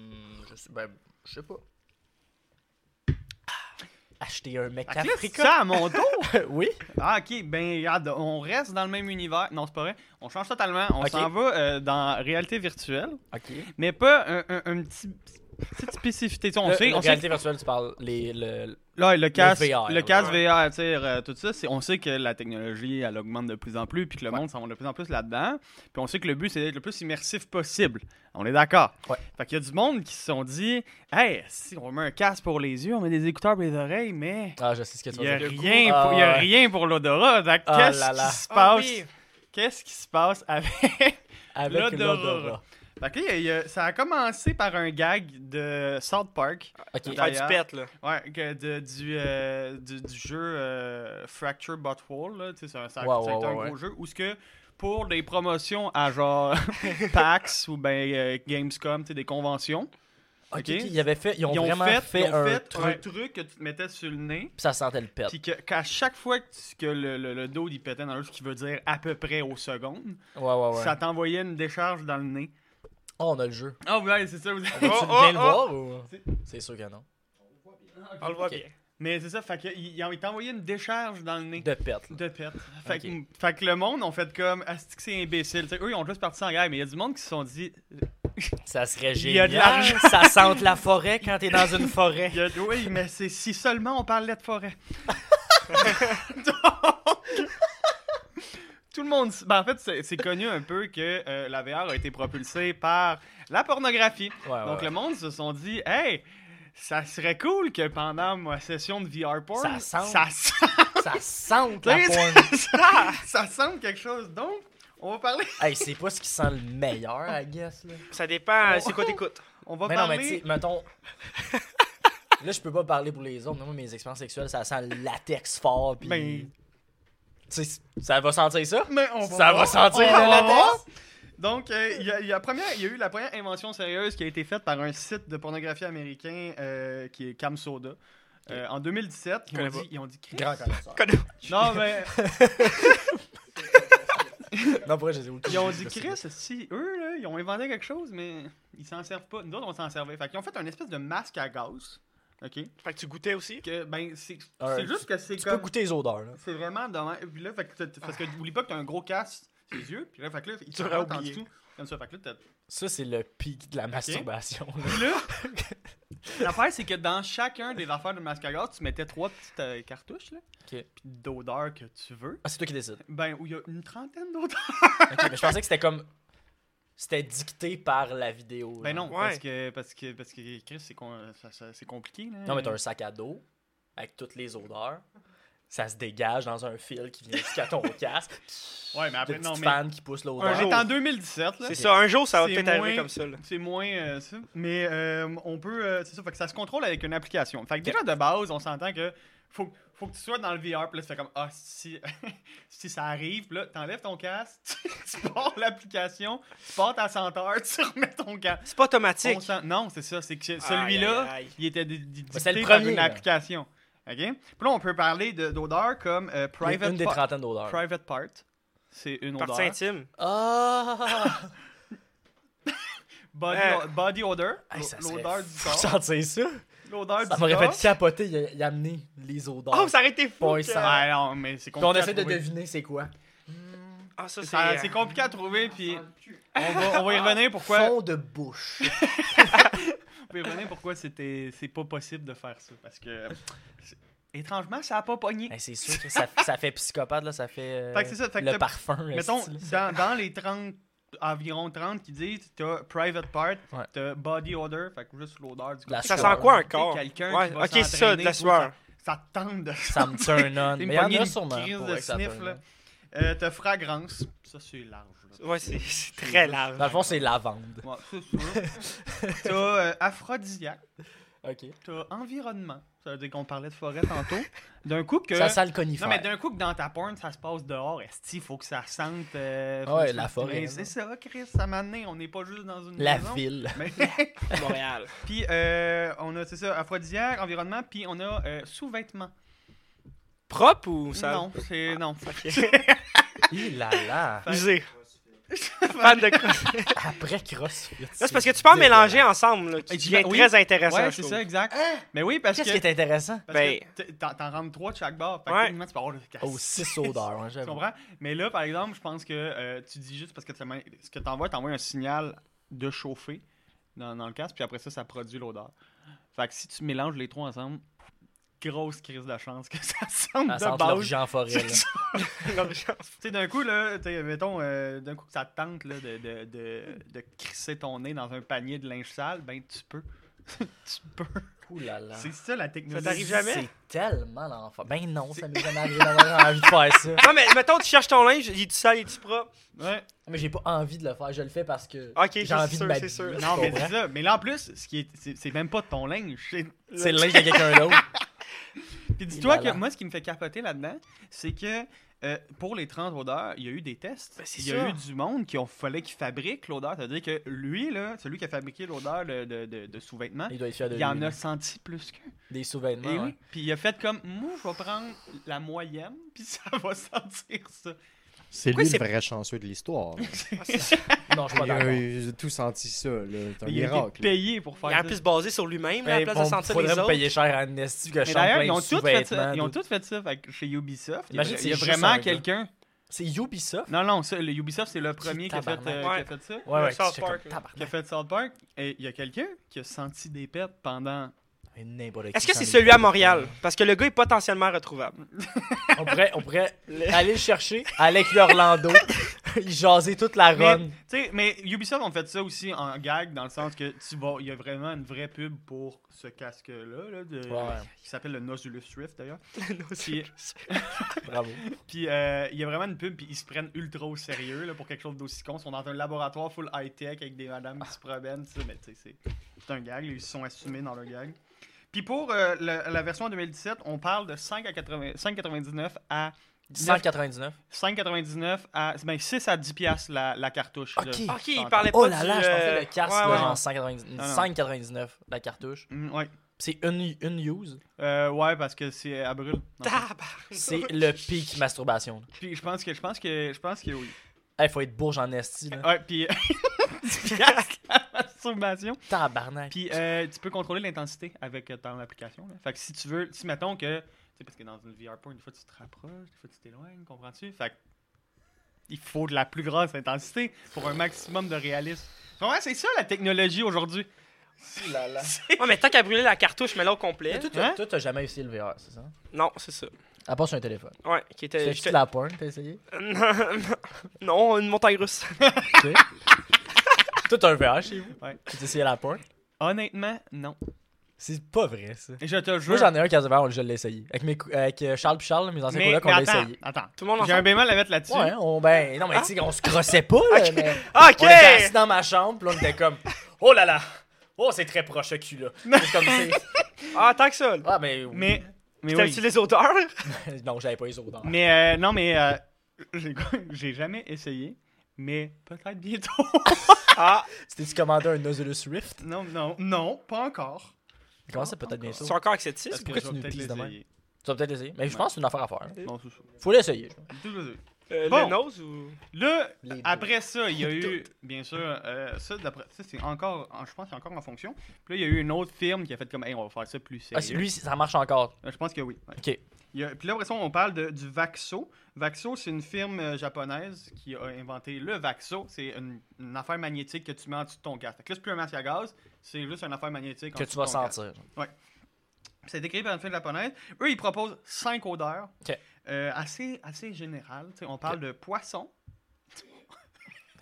B: Je sais, ben, je sais pas. Acheter un mec
D: Fait que Ah, là, c'est ça à mon tour.
B: oui.
D: ah, ok, ben regarde, on reste dans le même univers. Non, c'est pas vrai. On change totalement. On
B: Ok.
D: s'en va euh, dans réalité virtuelle,
B: Ok.
D: mais pas un, un- un petit Petite spécificité. tu sais, On
B: Le-
D: sait,
B: la
D: on sait
B: réalité virtuelle, tu parles les, le-
D: Là, le casque, le,
B: VR,
D: casque VR, tu sais, euh, tout ça, c'est, on sait que la technologie, elle augmente de plus en plus, puis que le monde s'en va de plus en plus là-dedans. Puis on sait que le but, c'est d'être le plus immersif possible. On est d'accord.
B: Ouais.
D: Fait qu'il y a du monde qui se sont dit, hey, si on met un casque pour les yeux, on met des écouteurs pour les oreilles, mais
B: Ah, je sais ce que tu
D: il
B: veux
D: n'y a,
B: dire.
D: rien
B: Ah,
D: pour- il y a
B: ouais.
D: rien pour l'odorat. Donc,
B: Ah
D: qu'est-ce
B: là là.
D: qui se
E: Ah
D: passe?
E: oui.
D: Qu'est-ce qui se passe avec
B: Avec
D: l'odorat.
B: l'odorat.
D: Fait que, là, il y a- ça a commencé par un gag de South Park.
B: Ok.
E: Faire du
D: D'ailleurs-
E: pet, là.
D: Ouais, que de- du, euh, du, du jeu euh, Fracture Butthole, là, tu sais, c'est un, c'est un-
B: Ouais,
D: c'est un
B: ouais, ouais,
D: gros
B: ouais.
D: jeu, où ce que pour des promotions
B: (laughs)
D: à genre PAX ou ben euh, Gamescom, tu sais, des conventions,
B: Ok,
D: Ok.
B: ok, Ils, avaient fait, ils ont vraiment fait,
D: ils ont
B: un
D: fait
B: truc,
D: un truc que tu te mettais sur le nez,
B: puis ça sentait le pet.
D: puis que- qu'à chaque fois que, tu- que le, le, le dos il pétait dans l'autre, ce qui veut dire à peu près aux secondes,
B: Ouais, ouais, ouais.
D: ça t'envoyait une décharge dans le nez.
B: Oh, on a le jeu.
D: Ah ouais, c'est ça. vous-
B: Tu
E: Oh,
B: viens
E: oh,
B: le
E: oh.
B: voir ou... C'est sûr que non.
E: On le voit
B: Ok.
E: bien.
D: Mais c'est ça, fait que, il, il t'envoyait une décharge dans le nez.
B: De pet, là.
D: De pet. Fait, que- mm,
B: Ok.
D: fait que le monde ont fait comme Asti que c'est imbécile. T'sais, eux ils ont juste parti en guerre, mais il y a du monde qui se sont dit
B: Ça serait
D: Il y a
B: génial.
D: de l'argent.
B: (laughs) ça sente la forêt quand t'es dans une
D: (laughs)
B: forêt.
D: Il y a- Oui, mais c'est si seulement on parlait
B: (laughs)
D: de forêt. Donc, Tout le monde. s- ben, en fait, c'est c'est connu un peu que euh, la VR a été propulsée par la pornographie.
B: Ouais, ouais,
D: Donc
B: Ah ouais.
D: le monde se sont dit Hey! Ça serait cool que pendant ma session de VR porn,
B: Ça sente.
D: ça sente
B: Ça sente
D: (laughs)
B: la
D: T'sais,
B: pointe.
D: ça, (laughs) ça sente quelque chose. Donc, on va parler.
B: hey, c'est pas ce qui sent le meilleur, I guess, là.
E: Ça dépend, euh, c'est quoi t'écoutes.
D: On va
B: Mais non,
D: parler.
B: mais tu sais,
D: (laughs)
B: mettons. Là, je peux pas parler pour les autres. mais Moi, mes expériences sexuelles, ça sent le latex fort. Puis.
D: Ben-
B: Tu sais, ça va sentir ça?
D: Mais on
B: Ça
D: voir.
B: va sentir le
D: On va
B: latex.
D: voir. Donc, euh, il y, a- il y a première- il y a eu la première invention sérieuse qui a été faite par un site de pornographie américain euh, qui est Cam Soda. Euh, en 2017, ils ont
E: connais
D: dit,
E: pas.
D: ils ont dit Chris.
B: Grand connaisseur.
D: Non, mais
B: Non, pour vrai, j'ai
D: ils ont (laughs) dit Chris, si eux, là, ils ont inventé quelque chose, mais ils s'en servent pas. Nous autres, on s'en servait. Fait qu'ils ont fait un espèce de masque à gaz. OK?
E: Fait que tu goûtais aussi.
D: Que, ben, c'est
B: Ouais,
D: c'est juste que c'est
B: Tu
D: comme.
B: peux Ah. goûter les odeurs, là.
D: C'est vraiment dommage. Et Puis là, fait que t'as- t'as- parce que oublie pas que t'as un gros casque sur les yeux. Puis là, fait que là, ils
E: Tu
D: te
E: l'aurais
D: rentrent en
E: oublié.
D: dessous. Comme ça, fait que là, t'as-
B: Ça, c'est le pic de la masturbation. là.
D: Puis là, l'affaire, c'est que dans chacun des affaires de masque à gaz, tu mettais trois petites euh, cartouches, là.
B: Ok.
D: Puis d'odeur que tu veux.
B: Ah, c'est toi qui décides.
D: Ben, où il y a une trentaine d'odeurs.
B: Ok, mais je pensais que c'était comme. C'était dicté par la vidéo.
D: Ben
B: genre.
D: non,
E: Ouais.
D: parce que, parce que, parce que, Chris, c'est con- ça- ça- c'est compliqué, là.
B: Non, mais t'as un sac à dos avec toutes les odeurs. Ça se dégage dans un fil qui vient jusqu'à
D: (laughs)
B: ton casque.
D: Ouais, mais
B: Des
D: après, Ah, ben non,
B: petites
D: mais.
B: fans qui poussent
D: Un
B: l'odeur.
D: jour. en 2017, là.
E: C'est ça, un jour ça va
D: C'est
E: peut-être
D: moins-
E: arriver comme ça. là.
D: C'est moins euh, ça. Mais euh, on peut. euh, c'est ça, fait que ça se contrôle avec une application. Fait que déjà de base, on s'entend que faut, faut que tu sois dans le VR, puis là, tu fais comme Ah, si, (laughs) si ça arrive, puis là, t'enlèves ton casque, tu, tu pars (laughs) l'application, tu pars ta senteur, tu remets ton casque.
E: C'est pas
D: On
E: automatique.
D: s'en- Non, c'est ça, c'est que
E: Aïe,
D: celui-là,
E: aïe, aïe.
D: il était di- di-
B: c'est le
D: dicté par
B: premier,
D: une
B: là.
D: application. OK? Puis là, on peut parler de- d'odeurs comme euh,
B: Une-
D: Private,
B: une des
D: Pa-
B: trentaines d'odeurs.
D: Private Part. C'est une odeur.
E: Partie intime.
B: Ah!
D: Body,
E: Euh.
D: body odor.
B: Hey, ça serait
D: L'odeur du
B: fou
D: corps.
B: sentir ça.
D: L'odeur
B: Ça
D: du
B: m'aurait
D: corps.
B: fait capoter, il a, il a amené les odeurs.
E: Oh, ça aurait été fou.
B: Bon,
E: que-
B: ça-
D: Ah non, mais c'est
B: Puis on
D: compliqué. à
B: essaie de
D: trouver.
B: deviner c'est quoi.
E: Ah, ça, c'est.
D: Ça-
E: euh,
D: C'est compliqué
B: (laughs)
D: à trouver, puis on va, on va y revenir pourquoi.
B: Fond de
D: (laughs)
B: bouche.
D: On va y revenir pourquoi c'était, c'est pas possible de faire ça, parce
B: (laughs)
D: que c'est- étrangement, ça a pas pogné.
B: Hey, c'est sûr que ça, ça fait psychopathe, là, ça fait, euh,
D: Fait que c'est ça, fait que
B: le
D: t'as-
B: parfum.
D: Mettons,
B: esti, là.
D: dans, dans les 30, environ 30 qui disent, t'as private part,
B: Ouais.
D: t'as body odor, fait que juste l'odeur du
B: La
D: corps.
E: Ça
B: sueur.
E: sent quoi un
D: Tu sais,
E: corps
D: quelqu'un
E: Ouais,
D: qui va
E: ok, c'est ça, de la
D: s'entraîner,
E: sueur.
D: Ça te tente de
B: Ça me turn
D: (laughs)
B: on.
D: Une
B: Mais il y en
D: poignée
B: a
D: de
B: sûrement.
D: crises
B: pour
D: de
B: vrai que ça
D: sniff,
B: turn
D: là.
B: on.
D: Euh, t'as fragrance, ça c'est large. là.
B: (laughs)
E: Ouais, c'est c'est très large.
B: Dans le fond, c'est lavande.
D: Ouais, c'est ça.
B: (laughs)
D: t'as euh, aphrodisiaque.
B: Ok.
D: T'as environnement. Ça veut dire qu'on parlait de forêt tantôt. D'un coup que.
B: Ça sent le conifère.
D: non, mais d'un coup que dans ta porn, ça se passe dehors. Esti, faut que ça sente. euh, faut
B: Ah Ouais,
D: que ça
B: la
D: te-
B: forêt,
D: Mais
B: là.
D: C'est ça, Chris, ça m'a amené. On n'est pas juste dans une.
B: La
D: maison.
B: (laughs) ville.
D: Mais- (laughs)
E: Montréal.
D: puis, euh, on a, c'est ça, aphrodisiaque, environnement, puis on a euh, sous-vêtements.
E: Propre ou ça
D: Non, c'est. Non.
E: (laughs)
B: Il là là.
E: Usé. Fan de CrossFit.
B: Après CrossFit.
E: Là, c'est parce que tu peux en mélanger ensemble. Là. Tu
D: Et tu
E: deviens
D: vas- oui.
E: très intéressant.
D: ouais,
E: je
D: c'est
E: trouve. (laughs)
D: ça, exact.
E: Ah!
D: Mais oui, parce que.
B: Qu'est-ce qui est intéressant?
D: parce
E: Ben-
D: que t- t'en, t'en rentres trois de chaque barre. Fait que
E: Ouais.
D: techniquement, tu peux avoir le
B: Oh, six odeurs, ouais,
D: Tu
B: j'avoue.
D: comprends? Mais là, par exemple, je pense que euh, tu dis juste parce que tu m'en- ce que tu envoies, un signal de chauffer
G: dans, dans le casque, puis après ça, ça produit l'odeur. Fait que si tu mélanges les trois ensemble, grosse crise de chance que (laughs) ça sente
B: À
G: de
B: centre leur
G: base.
B: Jean Forêt.
E: (laughs)
B: là.
G: Tu sais, d'un coup, là, tu sais, mettons, euh, d'un coup que ça te tente là, de, de, de, de crisser ton nez dans un panier de linge sale, ben tu peux. tu peux.
B: Ouh là là.
G: C'est ça la
E: Ça
G: technologie.
E: t'arrive jamais?
B: C'est tellement l'enfant. Ben non, ça m'est jamais arrivé d'avoir envie de faire
E: (laughs)
B: ça.
E: Non, mais mettons, tu cherches ton linge, il est tout sale, il est tout propre.
G: Ouais.
B: Mais j'ai pas envie de le faire. Je le fais parce que
E: Ok,
B: j'ai
E: c'est
B: envie
E: sûr,
B: de
E: c'est sûr.
B: m'habiller.
G: Non,
B: Tu
G: mais
B: comprends?
G: c'est ça. Mais là, en plus, ce qui est, c'est, c'est même pas ton linge. c'est-
B: c'est le linge de quelqu'un d'autre.
G: Puis
B: Et
G: dis-toi
B: là,
G: que
B: là.
G: moi, ce qui me fait capoter là-dedans, c'est que euh, pour les 30 odeurs, il y a eu des tests.
E: Ben, c'est
G: il y a
E: ça.
G: eu du monde qui ont fallait qu'il fabrique l'odeur. C'est-à-dire que lui, là, celui qui a fabriqué l'odeur de, de, de, de sous-vêtements,
B: Il doit être fier de
G: il
B: lui.
G: en
B: là.
G: a senti plus qu'un.
B: Des
G: Et
B: sous-vêtements.
E: Eh
G: oui.
B: ouais.
G: Puis il a fait comme, moi, je vais prendre la moyenne, (laughs) puis ça va sentir ça.
C: C'est
E: Pourquoi
C: lui le
E: c'est-
C: vrai chanceux de l'histoire. là.
B: hein. Non, je
E: Eh
B: suis pas
C: Il a,
B: d'accord.
C: il a tout senti ça. là. C'est un
G: Il a été
C: miracle.
G: payé pour
E: Il
G: faire
E: est en
G: ça.
E: plus basé sur lui-même, là, à
B: Hey,
E: la place
B: bon,
E: de sentir les
B: faudrait me
E: autres.
B: payer cher en esti que je
G: Mais
B: chante
G: d'ailleurs,
B: plein
G: ils ont
B: de
G: tous fait
B: sous-vêtements.
G: ça. Ils ont
B: tout.
G: tous fait ça. Fait que chez Ubisoft, il y a-
B: Imagine,
G: il y a
B: c'est juste un
G: vraiment
B: gars.
G: quelqu'un.
B: C'est Ubisoft?
G: Non, non, ça, le Ubisoft, c'est le premier qui a, fait, euh,
B: tabarnak.
G: qui a
E: Ouais.
G: fait ça.
B: Ouais, ouais.
E: South
B: c'est comme
E: Park, là.
B: tabarnak.
G: Qui a fait South Park. Et il y a quelqu'un qui a senti des pertes pendant.
B: Mais n'importe qui
E: Est-ce que
B: s'en
E: c'est
B: est
E: celui
B: fait.
E: à Montréal? Parce que le gars est potentiellement retrouvable.
B: On pourrait, on
E: (laughs)
B: pourrait aller le chercher, avec l'Orlando, il jasait toute la
G: Mais,
B: run.
G: tu sais, mais Ubisoft ont fait ça aussi en gag, dans le sens que tu vas, il y a vraiment une vraie pub pour ce casque-là, là, de-
B: Ouais,
G: qui s'appelle le Nozulus
B: (laughs)
G: Rift d'ailleurs.
E: Non, c'est-
B: bravo.
G: Puis euh, il y a vraiment une pub, puis ils se prennent ultra au sérieux là, pour quelque chose d'aussi con. Ils sont dans un laboratoire full high-tech avec des madames qui se promènent, tu sais, mais tu sais, c'est- c'est un gag, là, ils se sont assumés dans le gag. Puis pour euh, la, la version 2017, on parle de 5 à 80 5,99 à
B: 199.
G: 5,99 à ben, 6 à 10 piastres la, la cartouche. de
B: Ok.
E: Ok, il
G: 100.
E: parlait pas
B: Oh là
E: du,
B: là, je pensais le
E: euh,
B: casque,
E: ouais,
B: là,
E: ouais.
B: genre
G: Ah non.
B: 5,99 la cartouche.
G: Mm, ouais.
B: C'est une, une
G: (laughs)
B: use.
G: Euh, ouais, parce que c'est à brûle. dans le fond.
E: Tabarnak.
B: C'est le pic masturbation.
G: Puis je pense que je pense que je pense que oui.
B: Il faut être bourge en esti, là.
G: Ouais,
E: (laughs)
G: puis (laughs) 10 piastres la masturbation.
B: Tabarnak.
G: Puis euh, tu peux contrôler l'intensité avec euh, ton application. là. Fait que si tu veux, si mettons que, tu sais, parce que dans une VR une fois tu te rapproches, des fois tu t'éloignes, comprends-tu? Fait que il faut de la plus grosse intensité pour un maximum de réalisme. Ouais, c'est ça la technologie aujourd'hui. (laughs)
E: Ouais, mais tant qu'à brûler la cartouche, mais là au complet.
B: Mais toi, t'as-
G: Hein?
B: toi, t'as jamais essayé le VR, c'est ça?
E: Non, c'est ça.
B: À part sur un téléphone.
E: Ouais, qui
B: Tu
G: Euh,
E: était.
B: fais juste de la porn, t'as
G: (laughs)
B: essayé?
E: non, une montagne russe.
B: Toi, t'as un VR chez vous?
G: Ouais.
B: Tu essayé la porn?
G: Honnêtement, non.
B: C'est pas vrai, ça.
G: Je te
B: Moi,
G: jure.
B: j'en ai un qui a du VR, je l'ai essayé. Avec, mes, cou- avec euh, Charles pis Charles, mes anciens
G: mais,
B: collègues, on
G: mais
B: l'a
G: attends, Ah.
B: essayé.
G: attends.
E: Tout le monde
G: J'ai un
E: ensemble.
G: bémol à mettre là-dessus.
B: Ouais, on, ben, non, mais tu sais, on se crossait pas, là, mais on était assis
E: Ah, Ok!
B: dans ma chambre, pis là, on était comme, oh là là, oh, c'est très proche, ce (laughs) cul-là. C'est comme, c'est,
E: Ah, tant que ça.
B: ah, mais, oui.
G: Mais, mais
E: T'as-tu
G: oui.
E: les odeurs?
B: (laughs) non, j'avais pas les odeurs.
G: Mais euh, non, mais euh, (laughs) j'ai- j'ai jamais essayé. Mais peut-être bientôt.
E: (laughs) Ah,
B: C'était-tu commandé un Nautilus Rift?
G: non, non, non, pas encore.
B: Comment ça, peut-être bien
E: tu
B: sûr?
E: es encore avec cette
G: Parce
E: cisse?
G: que
B: pourquoi
G: je
B: tu
G: vais
B: nous
G: peut-être
B: utilises de même?
G: l'essayer.
B: Tu vas peut-être l'essayer. Mais je pense que c'est une affaire à faire. hein.
G: Non, c'est ça.
B: Faut l'essayer. je pense.
G: Tout le-
E: Euh,
G: Bon.
E: Le nose (laughs) ou.
G: Là,
B: Les deux.
G: après ça, il y a eu, bien sûr, euh, ça, d'après- ça, c'est encore, en- je pense, que c'est encore en fonction. Puis là, il y a eu une autre firme qui a fait comme, hey, on va faire ça plus
B: Ah, c'est-
G: sérieux.
B: lui, ça marche encore.
G: Euh, je pense que oui. ouais.
B: Ok.
G: Il y a- puis là, après ça, on parle de- du Vaxo. Vaxo, c'est une firme euh, japonaise qui a inventé le Vaxo. C'est une, une affaire magnétique que tu mets en dessous de ton casque. Fait que là, c'est plus un masque à gaz, c'est juste une affaire magnétique en
B: Que
G: dessous
B: tu
G: de
B: vas
G: ton casque.
B: sentir.
G: C'est décrit par une fille japonaise. Eux, ils proposent cinq odeurs.
B: Ok.
G: Euh, assez, assez générales. Tu sais, on parle de poisson.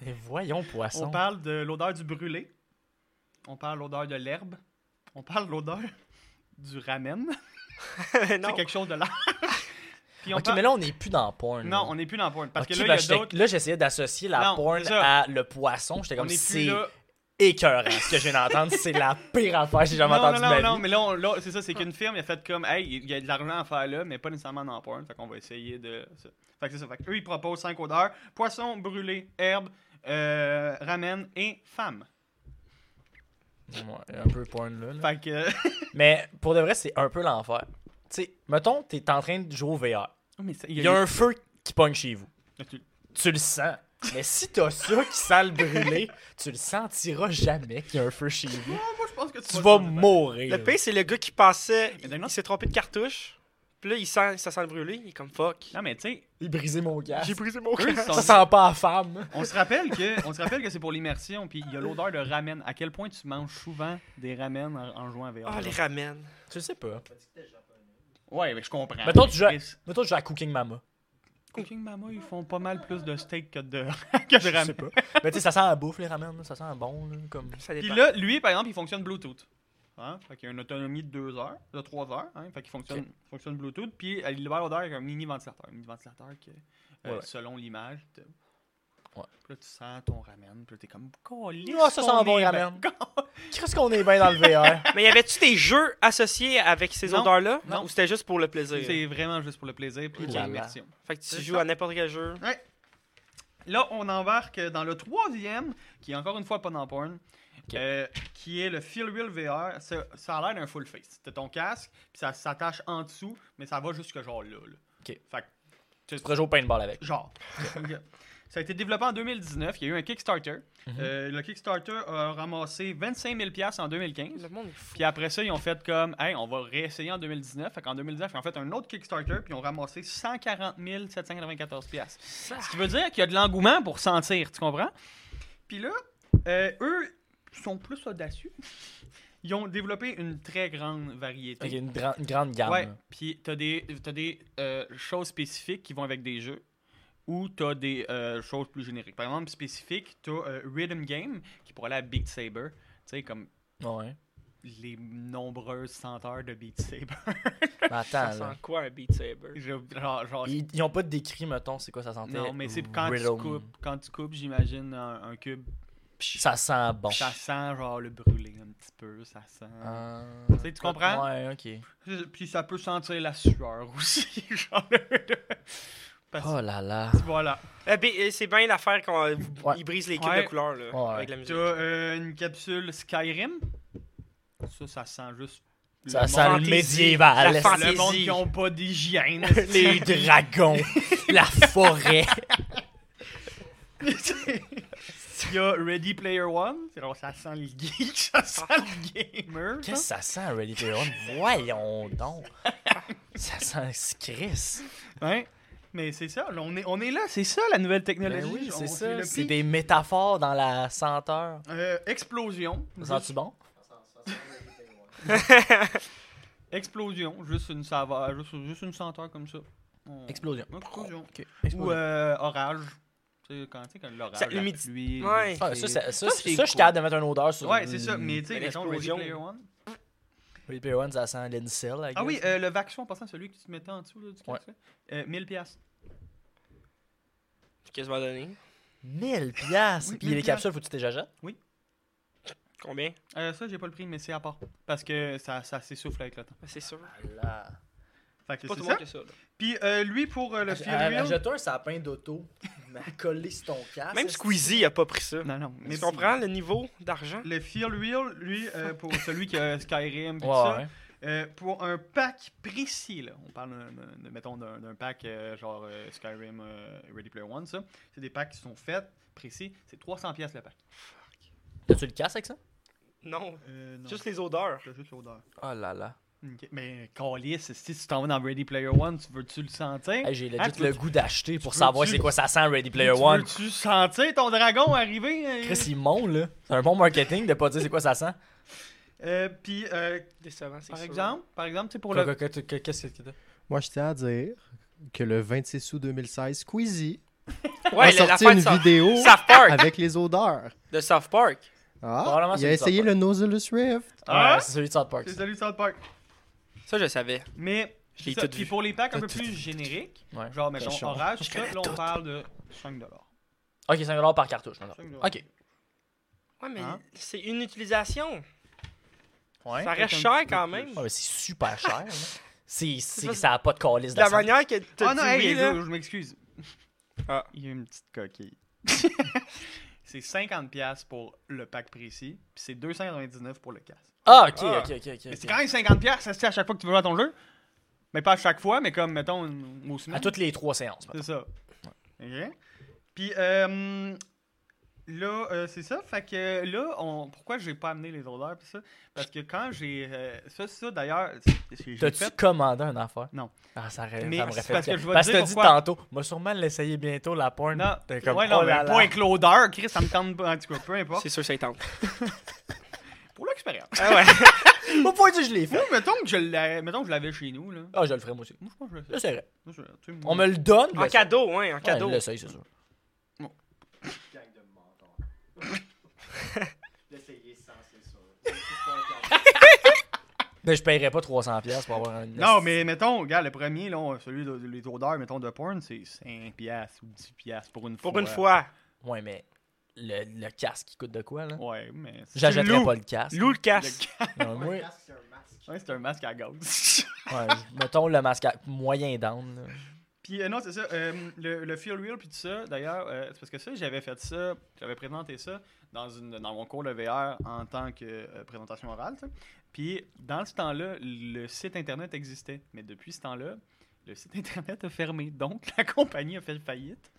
B: Mais voyons, poisson.
G: On parle de l'odeur du brûlé. On parle de l'odeur de l'herbe. On parle de l'odeur du ramen. (laughs)
E: non.
G: C'est quelque chose de là. (laughs) Puis on
B: ok,
G: parle-
B: mais là, on n'est plus dans porn. là.
G: Non, on n'est plus dans le porn. Parce
B: Ok,
G: que là,
B: ben,
G: il y a
B: j'étais-
G: d'autres.
B: là, j'essayais d'associer la
G: Non,
B: porn
G: c'est ça.
B: à le poisson. J'étais
G: On
B: comme,
G: n'est
B: c'est
G: plus là.
B: écœurant ce que je viens d'entendre. c'est la pire affaire que j'ai jamais
G: Non, non,
B: entendue de ma vie.
G: non, non, mais là, on- là, c'est ça, c'est qu'une firme, il a fait comme, hey, il y a de l'argent à faire là, mais pas nécessairement dans le porn. Fait qu'on va essayer de. ça. Fait que c'est ça. Fait qu'eux, ils proposent cinq odeurs poisson, brûlé, herbe, euh, ramen et femme.
B: Ouais, un peu porn, là. là.
G: Fait que.
B: Mais pour de vrai, c'est un peu l'enfer. Tu sais, mettons, t'es en train de jouer au VR.
G: Mais ça,
B: Il y a un feu qui pogne chez vous.
G: Tu-
B: Tu le sens. Mais si t'as ça qui sent le brûler, (laughs) tu le sentiras jamais qu'il y a un feu chez vous.
G: Moi, je pense que tu,
B: Tu vas
G: le sentir.
B: mourir.
E: euh, Le pire, c'est le gars qui pensait.
G: Mais d'un
E: Il
G: autre-
E: s'est trompé de cartouche. Puis là, il sent, ça sent le brûler. Il est comme fuck.
G: Non, mais tu sais,
B: Il brisait mon gars.
E: J'ai brisé mon
G: eux,
E: cœur.
G: ils sont-
B: Ça sent pas à femme.
G: on se rappelle que, on se rappelle que c'est pour l'immersion, puis il y a l'odeur de ramen. À quel point tu manges souvent des ramen en, en jouant à VR?
E: Ah, les ramènes.
B: Je sais pas.
G: Ouais, mais je comprends.
B: Mettons, tu joues à-
G: Chris,
B: Mais euh, toi, tu joues à Cooking Mama.
G: Cooking Mama, ils font pas mal plus de steak que de, (laughs) que
B: Je
G: de
B: sais
G: ramen.
B: pas. Mais tu sais, ça sent la bouffe, les ramen. là. Ça sent bon, là, comme...
E: Ça
G: Puis
E: dépend.
G: là, lui, par exemple, il fonctionne Bluetooth. Hein? Fait qu'il a une autonomie de 2 heures, de 3 heures. Hein? Fait qu'il fonctionne, fonctionne Bluetooth. Puis euh, il libère l'odeur avec un mini ventilateur. Un mini ventilateur qui, euh,
B: Ouais.
G: selon l'image, te-
B: Ouais.
G: Puis là, tu sens ton ramen. Puis là, t'es comme, ben, Calisse
B: Ah, ça sent
G: qu'on
B: bon,
G: est
B: ramen.
G: bien-
B: Qu'est-ce qu'on est bien dans le
G: (laughs)
B: VR?
E: Mais y avait-tu des jeux associés avec ces
G: Non.
E: odeurs-là?
G: Non.
E: Ou c'était juste pour le plaisir?
G: C'est vraiment juste pour le plaisir. Puis
B: Ouh là là.
G: l'immersion.
E: Fait que
G: C'est
E: tu joues
G: ça.
E: à n'importe quel jeu.
G: Là, on embarque dans le troisième, qui est encore une fois pas dans porn, euh, qui est le Feel Real VR. Ça, ça a l'air d'un full face. T'as ton casque, puis ça s'attache en dessous, mais ça va jusque genre là. là.
B: Ok.
G: Fait
B: Tu pourrais jouer au paintball avec.
G: que, genre. Ok. (laughs) Ça a été développé en 2019. Il y a eu un Kickstarter.
B: Mhm.
G: Euh, le Kickstarter a ramassé 25 000 en 2015.
E: Le monde est fou.
G: Puis après ça, ils ont fait comme, hey, on va réessayer en 2019. Fait qu'en 2019, ils ont fait un autre Kickstarter, puis ils ont ramassé 140 794 piastres. Ce qui veut dire qu'il y a de l'engouement pour sentir, tu comprends? Puis là, euh, eux sont plus audacieux. (laughs) Ils ont développé une très grande variété.
B: Ok, une, gran- une grande gamme.
G: Ouais,
B: là.
G: puis t'as des, t'as des euh, choses spécifiques qui vont avec des jeux ou t'as des euh, choses plus génériques. Par exemple, spécifique, t'as euh, Rhythm Game qui pourrait aller à Beat Saber. Tu sais, comme
B: Ouais.
G: les nombreuses senteurs de Beat Saber. (laughs)
B: Mais
E: Ça
B: attends, là.
E: sent quoi un Beat Saber?
G: Je- genre, genre-
B: Ils, ils ont pas décrit, mettons, c'est quoi ça sentait.
G: non, mais c'est quand
B: Riddle.
G: tu coupes, quand tu coupes, j'imagine un, un cube,
B: Ça sent bon.
G: ça sent genre le brûler un petit peu, ça sent.
B: Ah.
G: Tu sais, tu comprends?
B: Ouais, ok.
G: Puis ça peut sentir la sueur aussi, (laughs) genre. Parce
B: Oh là là.
G: que voilà.
E: Euh, ben, euh, c'est bien l'affaire quand euh,
B: Ouais.
E: ils brisent les cubes
G: Ouais.
E: de couleurs là,
B: Ouais, ouais.
E: avec la musique.
G: T'as euh, une capsule Skyrim. Ça, ça sent juste.
B: Ça
G: le
B: sent
G: monde-
B: le
E: fantaisie.
B: médiéval.
E: La
B: est-ce-
E: fantaisie.
G: Le monde qui ont
B: (laughs)
G: pas d'hygiène.
B: Les
G: (laughs)
B: dragons. la forêt.
G: Il y a Ready Player One. C'est genre, ça sent le geek, (laughs) ça sent le gamer.
B: Qu'est-ce que ça sent, Ready Player One? Voyons donc. Ça sent le Chris.
G: Hein? Mais c'est ça, là, on est, on est là, c'est ça la nouvelle technologie. On-
B: Ben c'est
G: le
B: ça. C'est
G: pic.
B: des métaphores dans la senteur.
G: Euh, explosion.
B: Ça sent-tu bon?
G: Explosion, juste une saveur, juste, juste une senteur comme ça. On-
B: Explosion.
G: Explosion.
B: Ok.
G: Ou euh, orage. Tu sais, quand tu sais, quand l'orage,
E: Ça-
G: Ah, la
E: l'humidité.
G: pluie,
E: Ouais.
B: Ah, ça, ça, ça,
G: Ça, c'est
B: ça, je suis
G: cool.
B: capable de mettre une odeur sur
G: Ouais, c'est ça. Mais tu sais,
E: Mais
G: mettons Ready
E: l'explosion.
G: Player One.
B: Ready Player One, ça sent l'incel. I
G: Ah oui,
B: guess.
G: euh, le vaccin en passant, celui que tu mettais en dessous là, du
B: Ouais.
G: café. Euh, 1000 piastres.
E: J'ai quasiment donné.
B: 1000 piastres.
G: Oui,
B: Puis
G: 1000
B: les capsules, faut que tu t'éjagettes.
E: Combien?
G: Euh, ça, j'ai pas le prix, mais c'est à part. Parce que ça, ça s'essouffle avec le temps.
E: Ben, C'est sûr.
B: Là.
G: Fait que
E: Pas tout
G: c'est
E: le
G: ça.
E: monde que ça. là.
G: Puis euh, lui, pour
B: Ah,
G: euh, le Feel Real-
B: Jette un sapin d'auto, (laughs) m'a collé sur ton casque.
E: Même Squeezie a pas pris ça.
G: Non, non.
E: Mais
G: Ah, Mais
E: tu comprends le niveau d'argent?
G: Le Feel Real, lui, euh, pour celui qui a Skyrim, pis
B: Ouais,
G: tout ça,
B: ouais.
G: euh, pour un pack précis, là, on parle, d'un- d'un- de, mettons, d'un d'un pack euh, genre euh, Skyrim euh, Ready Player One, ça. C'est des packs qui sont faits précis. C'est 300 pièces le pack.
B: T'as-tu le casque avec ça?
E: Non.
G: Euh, non,
E: Juste les odeurs.
G: juste l'odeur.
E: Ah
B: Oh là là.
G: Ok, Mais Calis, si tu t'en vas dans Ready Player One, tu veux-tu le sentir?
B: J'ai legit
G: Ah, tu
B: le
G: veux-
B: goût d'acheter pour
G: tu
B: savoir
G: veux-tu-
B: c'est quoi ça sent Ready Player
G: tu
B: One.
G: Veux-tu sentir ton dragon arriver? euh?
B: Chris, ils montent, là. C'est un bon marketing de pas dire c'est quoi ça sent.
G: Euh, Puis, euh,
E: Décevant, c'est
G: par
E: sûr.
G: exemple, par exemple, tu sais, (laughs) pour le.
B: Quoi, quoi, quoi, quoi, Qu'est-ce que t'as?
C: Moi, je tiens à dire que le 26 août 2016, Squeezie
E: Ouais,
C: a
E: la,
C: sorti
E: l'affaire
C: une
E: de South, (laughs)
C: vidéo
E: South Park.
C: avec les odeurs.
E: De South Park.
C: Ah,
B: Probablement,
C: il
B: c'est
C: a
B: du
C: essayé
B: South
C: le Nautilus Rift.
G: Ah!
B: Ouais, c'est celui de South Park.
G: C'est
B: ça.
G: celui de South Park.
E: Ça, je savais.
G: Mais,
E: Je l'ai
G: ça,
E: tout
G: puis
E: vu.
G: pour les packs un peu
B: Tout, tout,
G: plus génériques,
B: Ouais.
G: genre, mettons,
C: Cochon.
G: Orage, tout ça, là, on parle de 5
B: Ok, 5$ par cartouche. maintenant.
G: 5
B: Ah. Ok.
E: Ouais, mais
G: Hein?
E: c'est une utilisation.
B: Ouais.
E: ça
G: c'est un
E: reste
G: petit
E: cher
G: peu
E: quand
G: plus.
E: même.
B: Ouais, mais c'est
G: (laughs)
B: super cher. là. C'est,
E: pas-
B: c'est, ça a pas de calice
E: De la
B: de manière...
E: manière que tu
G: Ah non,
E: dit
G: hey,
E: oui, là.
G: je, je m'excuse.
E: Ah.
G: Il y a une petite
E: (laughs)
G: coquille. c'est 50$ pour le pack précis, puis c'est 299$ pour le casque.
B: Ah, ok,
E: Ah.
B: ok, ok. ok,
G: Mais
B: ok.
G: c'est quand même 50$, ça se fait à chaque fois que tu veux jouer à ton jeu. Mais pas à chaque fois, mais comme, mettons, une- aux
B: À
G: semaines.
B: toutes les trois séances.
G: C'est ça. OK. Puis, euh, Là, euh, c'est ça. Fait que euh, là, on... pourquoi j'ai pas amené les odeurs pis ça? Parce que quand j'ai. euh, ça, ça, d'ailleurs, c'est- j'ai
B: T'as-tu
G: fait.
B: commandé une affaire?
G: Non.
B: Ah, ça, aurait-
G: Mais
B: ça me
G: c'est
B: fait
G: parce que
B: fier.
G: je vais te
B: Parce que
G: dire
B: t'as dit
G: pourquoi.
B: tantôt, moi sûrement l'essayer bientôt, la porn.
G: Non,
B: T'es comme,
G: ouais, non,
B: oh
G: mais
B: là là.
G: pas avec l'odeur, Chris, ça me tente pas. En tout cas, peu importe.
E: C'est sûr, ça y tente.
G: Pour l'expérience.
E: Ah ouais.
B: Faut pas dire que je l'ai fait.
G: Moi, mettons que je l'ai- mettons que je l'avais chez nous, là.
B: Ah, je le ferai moi aussi.
G: Moi, je pense que je
B: Là,
G: l'ai
B: c'est vrai.
G: Moi, je- tu sais, moi-
B: On me le donne. je
E: (laughs) En
B: l'essaye.
E: cadeau, ouais, en
B: Ouais,
E: cadeau.
B: je l'essaye, c'est sûr.
C: L'essayer sans, c'est sûr.
B: (laughs) Mais je paierais pas 300$ piastres pour avoir un.
G: Non, mais mettons, regarde, le premier, là, on- celui de, les odeurs, mettons, de porn, c'est 5 piastres ou 10 piastres pour une fois.
E: Pour une fois.
G: Ah,
B: Ouais, mais le, le casque, il coûte de quoi, là?
G: Ouais, mais... c'est-
B: J'achèterais
E: loues.
B: pas le casque.
E: Lou le casse.
G: Le-
B: Non, moi,
C: Un masque, c'est un masque.
G: Ouais, c'est un masque à gaz. (laughs)
B: ouais, je- mettons le masque à moyen down. là.
G: puis euh, non, c'est ça, euh, le, le Feel Real puis tout ça, d'ailleurs, euh, c'est parce que ça, j'avais fait ça, j'avais présenté ça dans, une, dans mon cours de VR en tant que euh, présentation orale, tu sais. Puis dans ce temps-là, le site Internet existait, mais depuis ce temps-là, le site Internet a fermé, donc (laughs) la compagnie a fait faillite.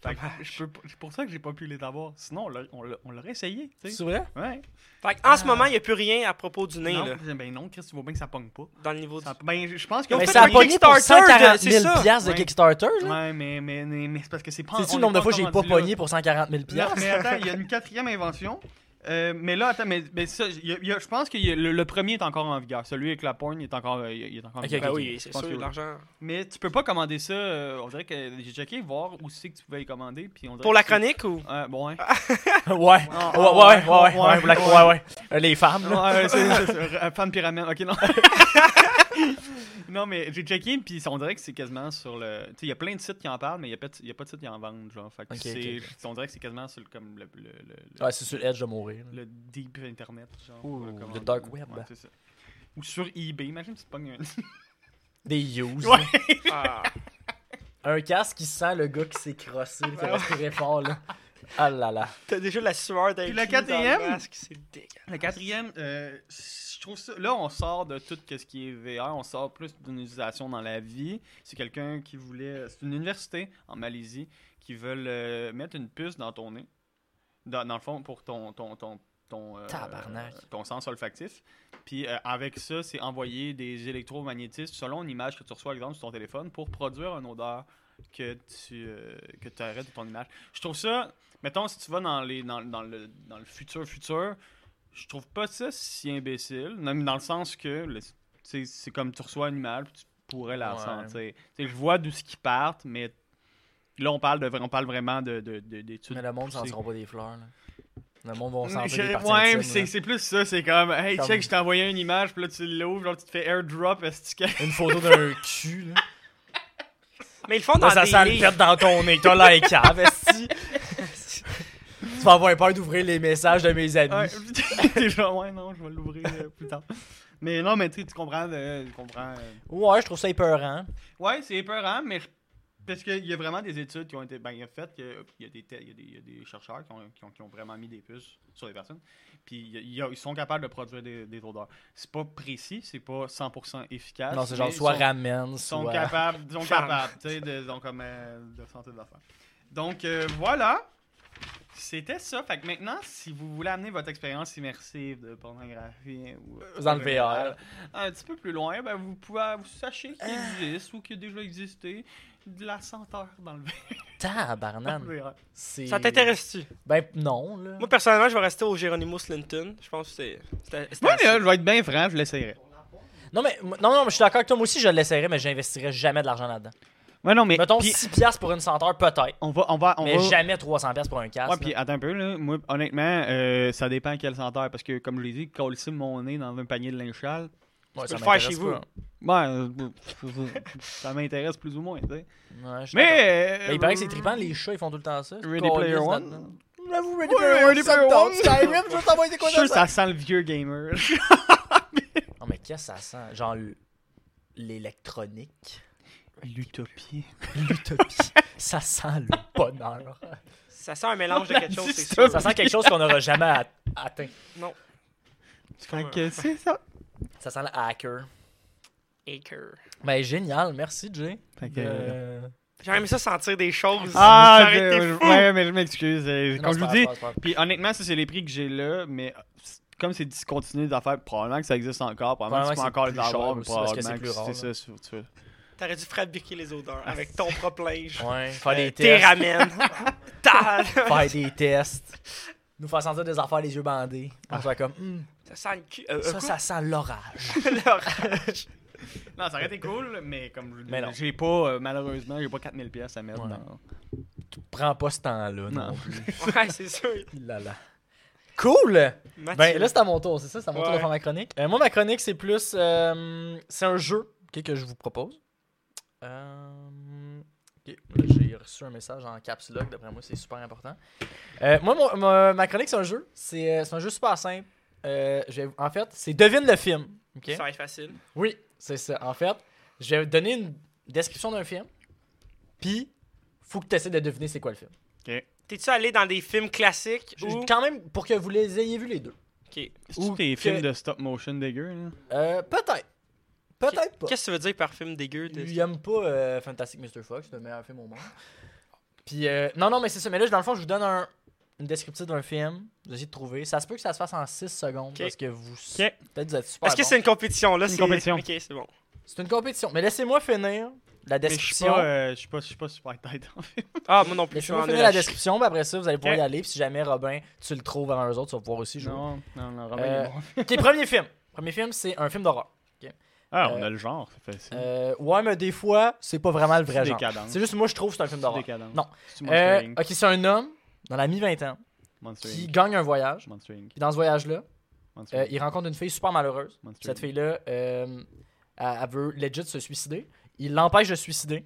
G: Fait que je peux pas- C'est pour ça que j'ai pas pu les avoir. Sinon, on l'a- on l'a- on l'aurait essayé. tu sais.
B: C'est vrai?
G: Ouais.
E: Fait qu'en ce moment, il n'y a plus rien à propos du nez,
G: Ah. Non,
E: là,
G: ben non, Chris, tu vois bien que ça pogne pas.
E: dans le niveau du.
G: Ça- ben, je- je pense qu'ils ont
B: Mais
G: fait
B: ça a
G: un
B: pogné pour
E: Kickstarter de-
B: 140
E: c'est
B: 000
E: ça.
B: piastres de
G: Ouais.
B: Kickstarter, là?
G: Ouais, mais, mais, mais, mais c'est parce que c'est pas.
B: C'est-tu
G: on
B: le nombre
G: est
B: de fois que j'ai
G: encore
B: pas
G: rendu là.
B: pogné pour 140 000
G: Non,
B: piastres?
G: mais attends, il y a une quatrième invention. Euh, mais là, attends, mais, mais ça, il y a- il y a- je pense que il y a- le, le premier est encore en vigueur. Celui avec la porn, il est encore, euh, il est encore en
B: Ok,
G: vigueur.
E: Ben
B: ok,
E: oui, c'est
G: Je pense
E: sûr,
G: que oui.
E: l'argent.
G: Mais tu peux pas commander ça. euh, on dirait que j'ai checké, voir où c'est que tu pouvais y commander. Puis on dirait
E: Pour
G: que
E: la
G: c'est-
E: chronique ou.
G: Euh, bon, ouais.
B: (laughs) Ah. Ouais. Ouais, ouais, ouais, ouais, ouais, ah, ouais, black- ouais, ouais. Euh, Les femmes, là.
G: Ouais, ouais, c'est- c'est- c'est-
B: (laughs)
G: euh, fan pyramide. Ok, non. (laughs) non, mais j'ai checké, puis on dirait que c'est quasiment sur le. Tu sais, il y a plein de sites qui en parlent, mais il n'y a, pas de- il y a pas de sites qui en vendent, genre. Fait que
B: Ok,
G: c'est-
B: ok, Ah,
G: On dirait que c'est quasiment sur le, comme le, le, le,
B: Ouais, c'est sur l'edge de mourir. là.
G: le deep internet, genre.
B: Ouh,
G: euh, comment
B: le
G: on
B: dark
G: dit.
B: web.
G: Ouais, c'est ça. Ou sur eBay, imagine si tu pognes un.
B: Des use.
G: Ouais.
B: là.
E: Ah.
B: Un casque qui sent le gars qui s'est crossé, là, qui a respiré fort, là. (laughs) Ah là là.
E: (laughs) T'as déjà la sueur d'un
G: Puis le quatrième?
E: C'est dégueulasse.
G: Le quatrième, euh, je trouve ça. Là, on sort de tout ce qui est VR, on sort plus d'une utilisation dans la vie. C'est quelqu'un qui voulait. C'est une université en Malaisie qui veulent euh, mettre une puce dans ton nez. Dans, dans le fond, pour ton. ton, ton, ton euh,
B: Tabarnak.
G: ton sens olfactif. Puis euh, avec ça, c'est envoyer des électromagnétismes selon une image que tu reçois, exemple, sur ton téléphone pour produire une odeur que tu euh, que tu arrêtes de ton image. Je trouve ça, mettons, si tu vas dans, les, dans, dans le, dans le futur, futur, je trouve pas ça si imbécile, même dans le sens que le- tu sais, c'est comme tu reçois un image, puis tu pourrais la
B: Ouais.
G: sentir. Tu sais, je vois d'où ce qui partent, mais là, on parle, de, on parle vraiment de, de, de- d'études
B: Mais le monde
G: poussées.
B: sentira pas des fleurs, là. Le monde va sentir
G: Je-
B: des parties
G: ouais, mais
B: intimes,
G: c'est
B: là.
G: c'est plus ça, c'est comme hey
B: Comme-
G: check, je t'ai envoyé une image, puis là tu l'ouvres, genre tu te fais airdrop est-ce que
B: Une photo d'un cul, là.
E: Mais ils le font dans
B: Là, ça
E: des
B: sent le
E: livres.
B: pète (laughs) dans ton nez. T'as l'air (laughs) cave, esti. ben, Tu vas avoir peur d'ouvrir les messages de mes amis.
G: Ouais, (laughs) t'es genre ouais non, je vais l'ouvrir euh, plus tard. Mais non, mais tu sais, tu comprends euh, tu comprends. euh.
B: Ouais, je trouve ça épeurant.
G: Ouais, c'est épeurant, mais je- parce qu'il y a vraiment des études qui ont été ben, il y a faites, il y a- il y, a des te- il y a des- il y a des chercheurs qui ont, qui ont- qui ont vraiment mis des puces sur les personnes, puis il y a- il y a- ils sont capables de produire des, des odeurs. C'est pas précis, c'est pas 100% efficace.
B: Non, c'est
G: mais
B: genre
G: ils
B: soit
G: sont-
B: ramène,
G: sont
B: soit.
G: capables,
B: (laughs)
G: ils sont
E: Charme.
G: capables, tu sais, de, donc, comme, euh, de santé d'affaires. Donc, euh, voilà. C'était ça. Fait que maintenant, si vous voulez amener votre expérience immersive de pornographie ou
B: Dans le VR.
G: en général, un petit peu plus loin, ben vous pouvez vous sachez qu'il
B: Ah.
G: existe ou qu'il a déjà existé de la senteur dans le (laughs)
B: Tabarnane.
G: VR.
B: C'est-
E: Ça t'intéresse-tu?
B: Ben non, là.
E: Moi, personnellement, je vais rester au Geronimo Slinton. Je pense que c'est. c'est- c'est
G: Moi,
E: assez.
G: je vais être bien franc, je l'essayerai.
B: Non, mais non, non, je suis d'accord avec toi. Moi aussi, je l'essayerais, mais j'investirais jamais de l'argent là-dedans.
G: Ouais, non, mais
B: Mettons
G: puis
B: 6 piastres pour une senteur, peut-être.
G: on va, on va, on
B: Mais
G: va-
B: jamais 300 piastres pour un casque.
G: Ouais,
B: là.
G: puis attends un peu, là. Moi, honnêtement, euh, ça dépend quelle senteur. Parce que, comme je l'ai dit, coller mon nez dans un panier de linge sale,
B: Ouais,
E: tu peux
B: ça
E: le faire
B: m'intéresse
E: chez vous.
B: pas.
G: Ouais, euh, (laughs) ça m'intéresse plus ou moins, tu sais.
B: Ouais, je suis d'accord.
G: Mais, euh,
B: Ben, il paraît que c'est trippant, les chats ils font tout le temps ça.
G: Ready Player One.
B: J'avoue, Ready
G: Ouais,
B: Player One.
G: Ready
B: ça me
G: Player
B: tente.
G: One.
B: Skyrim, je veux t'envoyer des
G: Je suis sûr que ça sent le vieux gamer.
B: Non, mais qu'est-ce que ça sent? Genre l-
G: (laughs)
B: l'électronique,
G: (laughs) L'utopie.
B: l'utopie. ça sent le bonheur.
E: Ça sent un mélange de quelque chose, c'est
G: dit
E: sûr.
B: Ça sent quelque chose qu'on n'aura jamais at- atteint.
G: Fait que c'est ça.
B: Ça sent le hacker.
E: Acre.
B: Ben génial, merci Jay.
G: Fait que,
B: Euh,
E: J'aurais aimé ça sentir des choses.
G: Ah,
E: ça aurait
G: je-
E: été
G: je-
E: fou.
G: ouais, mais je m'excuse. euh,
B: Non,
G: Comme je
B: c'est
G: vous
B: pas
G: dis,
B: grave, c'est pas grave.
G: puis honnêtement, ça, c'est les prix que j'ai là, mais c'est- comme c'est discontinué d'affaires, probablement que ça existe encore. Probablement que tu peux
B: Probablement
G: encore
B: que
G: les
B: c'est plus cher
G: avoir, mais
B: aussi, parce que
G: probablement
B: c'est
G: que
B: plus rare,
G: c'est
B: là.
G: ça. sur- tu vois.
E: T'aurais dû fabriquer les odeurs avec ton propre linge.
B: Ouais, Euh, faire des
E: Tes
B: tests.
E: ramen. Ta-
B: Faire des tests. (laughs) Nous faire sentir des affaires les yeux bandés.
G: Ah.
B: On soit comme, Hum,
E: Ça sent le cul. Euh,
B: ça,
E: euh,
B: ça sent l'orage.
E: (laughs) quoi? L'orage.
G: Non, ça aurait été cool, mais comme je vous
B: Mais non.
G: dis, j'ai pas, euh, malheureusement, j'ai pas 4000 pièces à mettre
B: Ouais.
G: dans.
B: Prends pas ce temps-là, non.
G: (laughs) Non.
E: Ouais, c'est sûr.
B: Là, là. Cool!
E: Mathieu.
B: Ben là, c'est à mon tour, c'est ça? C'est à mon tour de
E: Ouais.
B: faire ma chronique. Euh, moi, ma chronique, c'est plus. euh, c'est un jeu ok, que je vous propose. Euh, ok, là, J'ai reçu un message en caps lock, d'après moi, c'est super important. Euh, moi, mon- ma- ma chronique, c'est un jeu. C'est euh, c'est un jeu super simple. Euh, je vais- en fait, c'est devine le film. ok?
E: Ça va être facile.
B: Oui, c'est ça. En fait, je vais donner une description d'un film, puis faut que tu essaies de deviner c'est quoi le film.
E: T'es-tu allé dans des films classiques ou.
B: Quand même, pour que vous les ayez vus les deux.
E: Ok.
G: Ou tes films de stop motion dégueu, là.
B: Euh, Peut-être. Peut-être pas.
E: Qu'est-ce que tu veux dire par film dégueu de-
B: Il aime pas euh, Fantastic Mr. Fox, c'est le meilleur film au monde. Puis, euh, non, non, mais c'est ça. Mais là, dans le fond, je vous donne un, une descriptive d'un film. Vous essayez de trouver. Ça se peut que ça se fasse en 6 secondes
E: Ok.
B: parce que vous.
G: Ok.
B: Peut-être vous êtes super.
E: Est-ce que
B: bon.
E: c'est une compétition là
G: C'est une
E: c'est-
G: compétition.
E: Ok, c'est bon.
B: C'est une compétition. Mais laissez-moi finir la
G: Mais je suis
B: description.
G: pas, euh, je suis pas, je suis pas super tête, en fait.
E: Ah, moi non plus. je suis
B: Laissez-moi
E: en
B: finir la
E: nul.
B: description, puis après ça, vous allez pouvoir
G: Ok.
B: y aller. Puis si jamais Robin, tu le trouves avant eux autres, tu vas pouvoir aussi jouer.
G: Non, non, non,
B: Robin,
G: Robin,
B: il
E: Euh,
B: est Ok, premier film. Premier film, c'est un film d'horreur.
G: Ah,
B: euh,
G: on a le genre, c'est facile.
B: Euh, ouais, mais des fois, c'est pas vraiment le vrai genre.
G: décadence.
B: C'est juste, moi, je trouve que c'est un film d'horreur.
G: décadence.
B: Non.
G: C'est
B: Euh,
G: Monster Inc.
B: ok, c'est un homme dans la mi-vingtaine
G: Monster
B: qui
G: Inc.
B: gagne un voyage.
G: Monster Inc.
B: Puis dans ce voyage-là,
G: Monster
B: euh,
G: Inc.
B: il rencontre une fille super malheureuse.
G: Monster
B: Cette
G: Inc.
B: fille-là, euh, elle, elle veut legit se suicider. Il l'empêche de se suicider.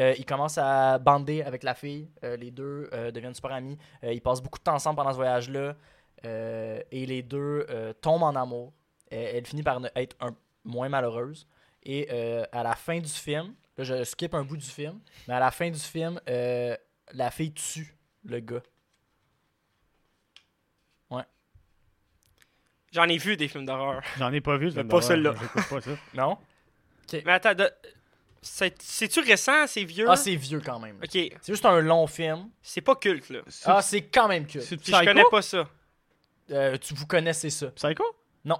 B: Euh, il commence à bander avec la fille. Euh, les deux euh, deviennent super amis. Euh, ils passent beaucoup de temps ensemble pendant ce voyage-là. Euh, et les deux euh, tombent en amour. Euh, elle finit par ne- être un, moins malheureuse. Et euh, à la fin du film, là je skip un bout du film, mais à la fin du film, euh, la fille tue le gars.
E: J'en ai vu des films d'horreur.
G: J'en ai pas vu, le film
E: pas
G: d'horreur,
E: celle-là.
G: mais j'écoute pas ça.
B: Non?
E: Mais attends, de- c'est- c'est-tu récent, c'est vieux?
B: Ah, c'est vieux quand même. là.
E: Ok,
B: C'est juste un long film.
E: c'est pas culte là.
G: (laughs) C'est-
B: Ah, c'est quand même que.
G: C'est
E: Puis je connais
G: Psycho?
E: pas ça.
B: Euh, tu vous connaissez ça.
G: Psycho?
B: Non.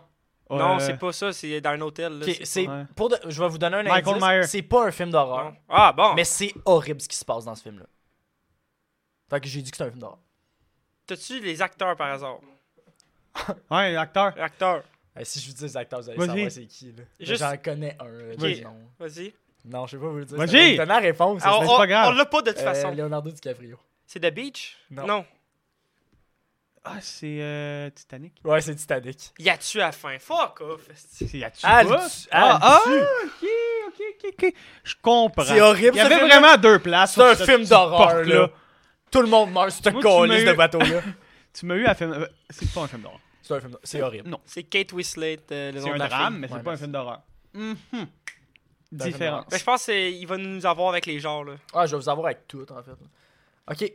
E: Non,
G: Euh,
E: c'est pas ça, c'est dans un hôtel. Là,
B: Ok,
E: c'est-
B: c'est
G: ouais.
B: pour de- je vais vous donner un
G: Michael
B: indice.
G: Myers.
B: C'est pas un film d'horreur,
E: Non. Ah bon,
B: mais c'est horrible ce qui se passe dans ce film-là. Fait que j'ai dit que c'est un film d'horreur.
E: t'as-tu les acteurs par hasard?
G: Ouais, acteur.
E: Acteurs,
B: Eh, si je vous dis les acteurs, vous allez
G: Vas-y.
B: savoir c'est qui. Là. Mais
E: Juste-
B: J'en connais un. Là,
E: Vas-y.
B: du nom.
E: vas-y.
B: Non, je sais pas vous le dire.
G: Vas-y.
B: C'est la réponse.
E: Ah,
G: c'est
E: on
G: pas grave.
E: on l'a pas de toute
B: Euh,
E: façon.
B: Leonardo DiCaprio.
E: C'est The Beach?
B: Non.
G: Ah, c'est euh, Titanic.
B: Ouais, c'est Titanic.
E: Y a-tu à la fin? Fuck off. esti.
G: C'est Yatsu.
B: Ah,
G: pas?
B: le tu-
G: Ah,
B: ah,
G: ah, ok, ok, ok, ok. Je comprends.
B: C'est horrible,
G: Il y
B: ce
G: avait
B: film-là.
G: vraiment deux places.
B: C'est un
G: sur
B: film
G: cette
B: d'horreur,
G: porte-là.
B: là. Tout le monde meurt sur ce
G: Moi, tu m'as
B: colis de
G: eu.
B: bateau-là.
G: Tu m'as eu à film. euh, C'est pas un film d'horreur.
B: c'est un film d'horreur. C'est horrible.
E: C'est Kate Winslet, euh, le
G: C'est
E: nom de
G: un
E: la
G: drame,
E: fille.
G: mais c'est
B: Ouais,
G: pas un
B: mais
G: film d'horreur. Mhm.
B: film
G: Différent.
E: Ben, je pense qu'il va nous avoir avec les genres là.
B: Ah, je vais vous avoir avec tout, en fait. Ok.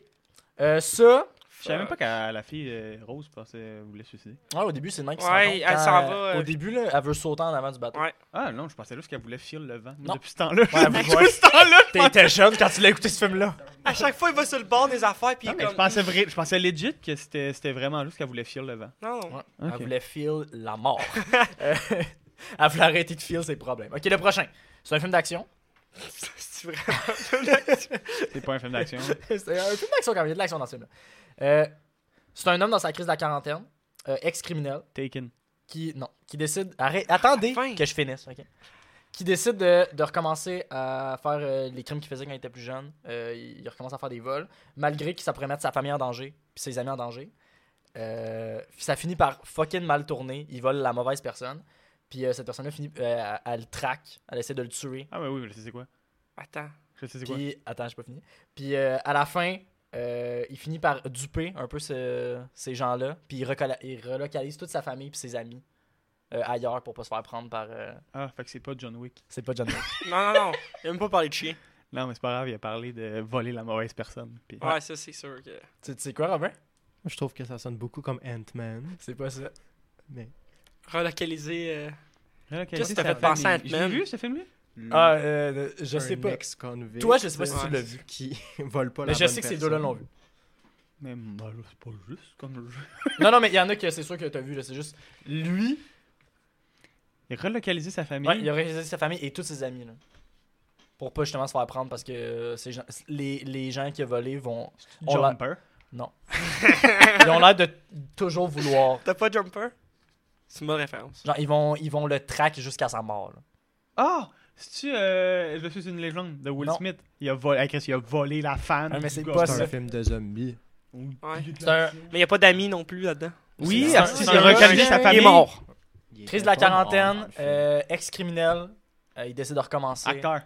B: Euh, ça.
G: Je savais même pas que la fille euh, rose pensait euh, voulait se suicider.
B: Ouais, au début, c'est Nike qui
E: Ouais,
B: se rencontre
E: elle
B: quand,
E: s'en
B: euh,
E: va, euh,
B: Au début, là, elle veut sauter en avant du bateau.
E: Ouais.
G: Ah non, je pensais juste qu'elle voulait filer le vent. Moi,
B: Non.
G: Depuis ce temps-là.
B: Ouais, (laughs)
G: depuis
B: ouais.
G: ce temps-là.
B: T'étais jeune quand tu l'as écouté ce film-là.
E: À chaque fois, il va sur le bord des affaires puis
G: Non,
E: il
G: mais
E: est
G: je
E: comme...
G: pensais, vrai, je pensais legit que c'était c'était vraiment juste qu'elle voulait filer le vent.
E: Non, non.
B: Ouais.
G: Ok.
B: Elle voulait feel la (laughs) mort. Euh, elle voulait arrêter de feel ses problèmes. Ok, le prochain. C'est un film (laughs) d'action.
E: (laughs) C'est vrai.
G: C'est pas un film (laughs) d'action.
B: c'est un film d'action quand même. Il y a de l'action dans ce film-là. Euh, c'est un homme dans sa crise de la quarantaine, euh, ex-criminel,
G: Taken.
B: qui. Non. Qui décide. Arrête. Attendez
E: Enfin.
B: que je finisse. ok. Qui décide de, de recommencer à faire euh, les crimes qu'il faisait quand il était plus jeune. Euh, il il recommence à faire des vols, malgré que ça pourrait mettre sa famille en danger, puis ses amis en danger. Euh, ça finit par fucking mal tourner. Il vole la mauvaise personne. Puis euh, cette personne-là finit, euh, elle, elle le traque, elle essaie de le tuer.
G: Ah, mais oui, je sais c'est quoi.
E: Attends.
G: Je sais c'est quoi.
B: Puis, attends, j'ai pas fini. Puis euh, à la fin, euh, il finit par duper un peu ce- ces gens-là. Puis il, recola- il relocalise toute sa famille puis ses amis euh, ailleurs pour pas se faire prendre par. euh,
G: Ah, fait que c'est pas John Wick.
B: C'est pas John (laughs) Wick.
E: Non, non, non. Il a même pas parlé de chien.
G: Non, mais c'est pas grave, il a parlé de voler la mauvaise personne. Puis...
E: Ouais, ça, c'est sûr que...
B: tu tu sais quoi, Robin
C: Je trouve que ça sonne beaucoup comme Ant-Man.
B: C'est pas ça.
E: Relocaliser... euh,
G: Relocaliser
E: Qu'est-ce que t'as
G: sa
E: fait penser à
G: famille. (laughs)
E: Ant-Man?
G: J'ai vu ce film-là?
B: Ah, euh, je sais pas.
C: Ex-convict.
B: Toi, je sais pas si
E: Ouais.
B: tu l'as vu.
C: Qui (laughs) vole pas la
B: Mais je
C: bonne
B: sais que ces
C: personne.
B: deux-là l'ont vu.
G: Mais ben, là, c'est pas juste comme le jeu.
B: Non, non, mais il y en a que c'est sûr que t'as vu, là. C'est juste lui.
G: Il a relocalisé sa famille.
B: Ouais, il a réalisé sa famille et tous ses amis, là. Pour pas justement se faire prendre parce que euh, ces gens- les, les gens qui ont volé vont. on l'a-
G: Jumper.
B: Ils ont l'air de toujours vouloir.
E: T'as pas Jumper? C'est ma référence.
B: Genre, ils vont, ils vont le traquer jusqu'à sa mort, là.
G: Ah! C'est-tu. Euh, je suis une légende de Will
B: Non.
G: Smith. Il a volé, ah, Chris, il a volé la femme.
B: Ah, mais
G: du
B: c'est
G: gars.
B: pas
C: C'est
B: ça.
C: un film de zombies.
E: Ouais.
B: C'est un.
E: Mais y a pas d'amis non plus là-dedans. Ah,
B: Oui, ah,
G: C'est un-
B: asti,
G: c'est
B: il
G: un
B: a
G: recalé
B: recalé
G: sa
E: Il
G: famille.
E: est mort.
C: Il
B: Crise de
C: était
B: la
C: pas mort dans
B: quarantaine,
C: le film.
B: euh, ex-criminel. Euh, il décide de recommencer.
G: Acteur.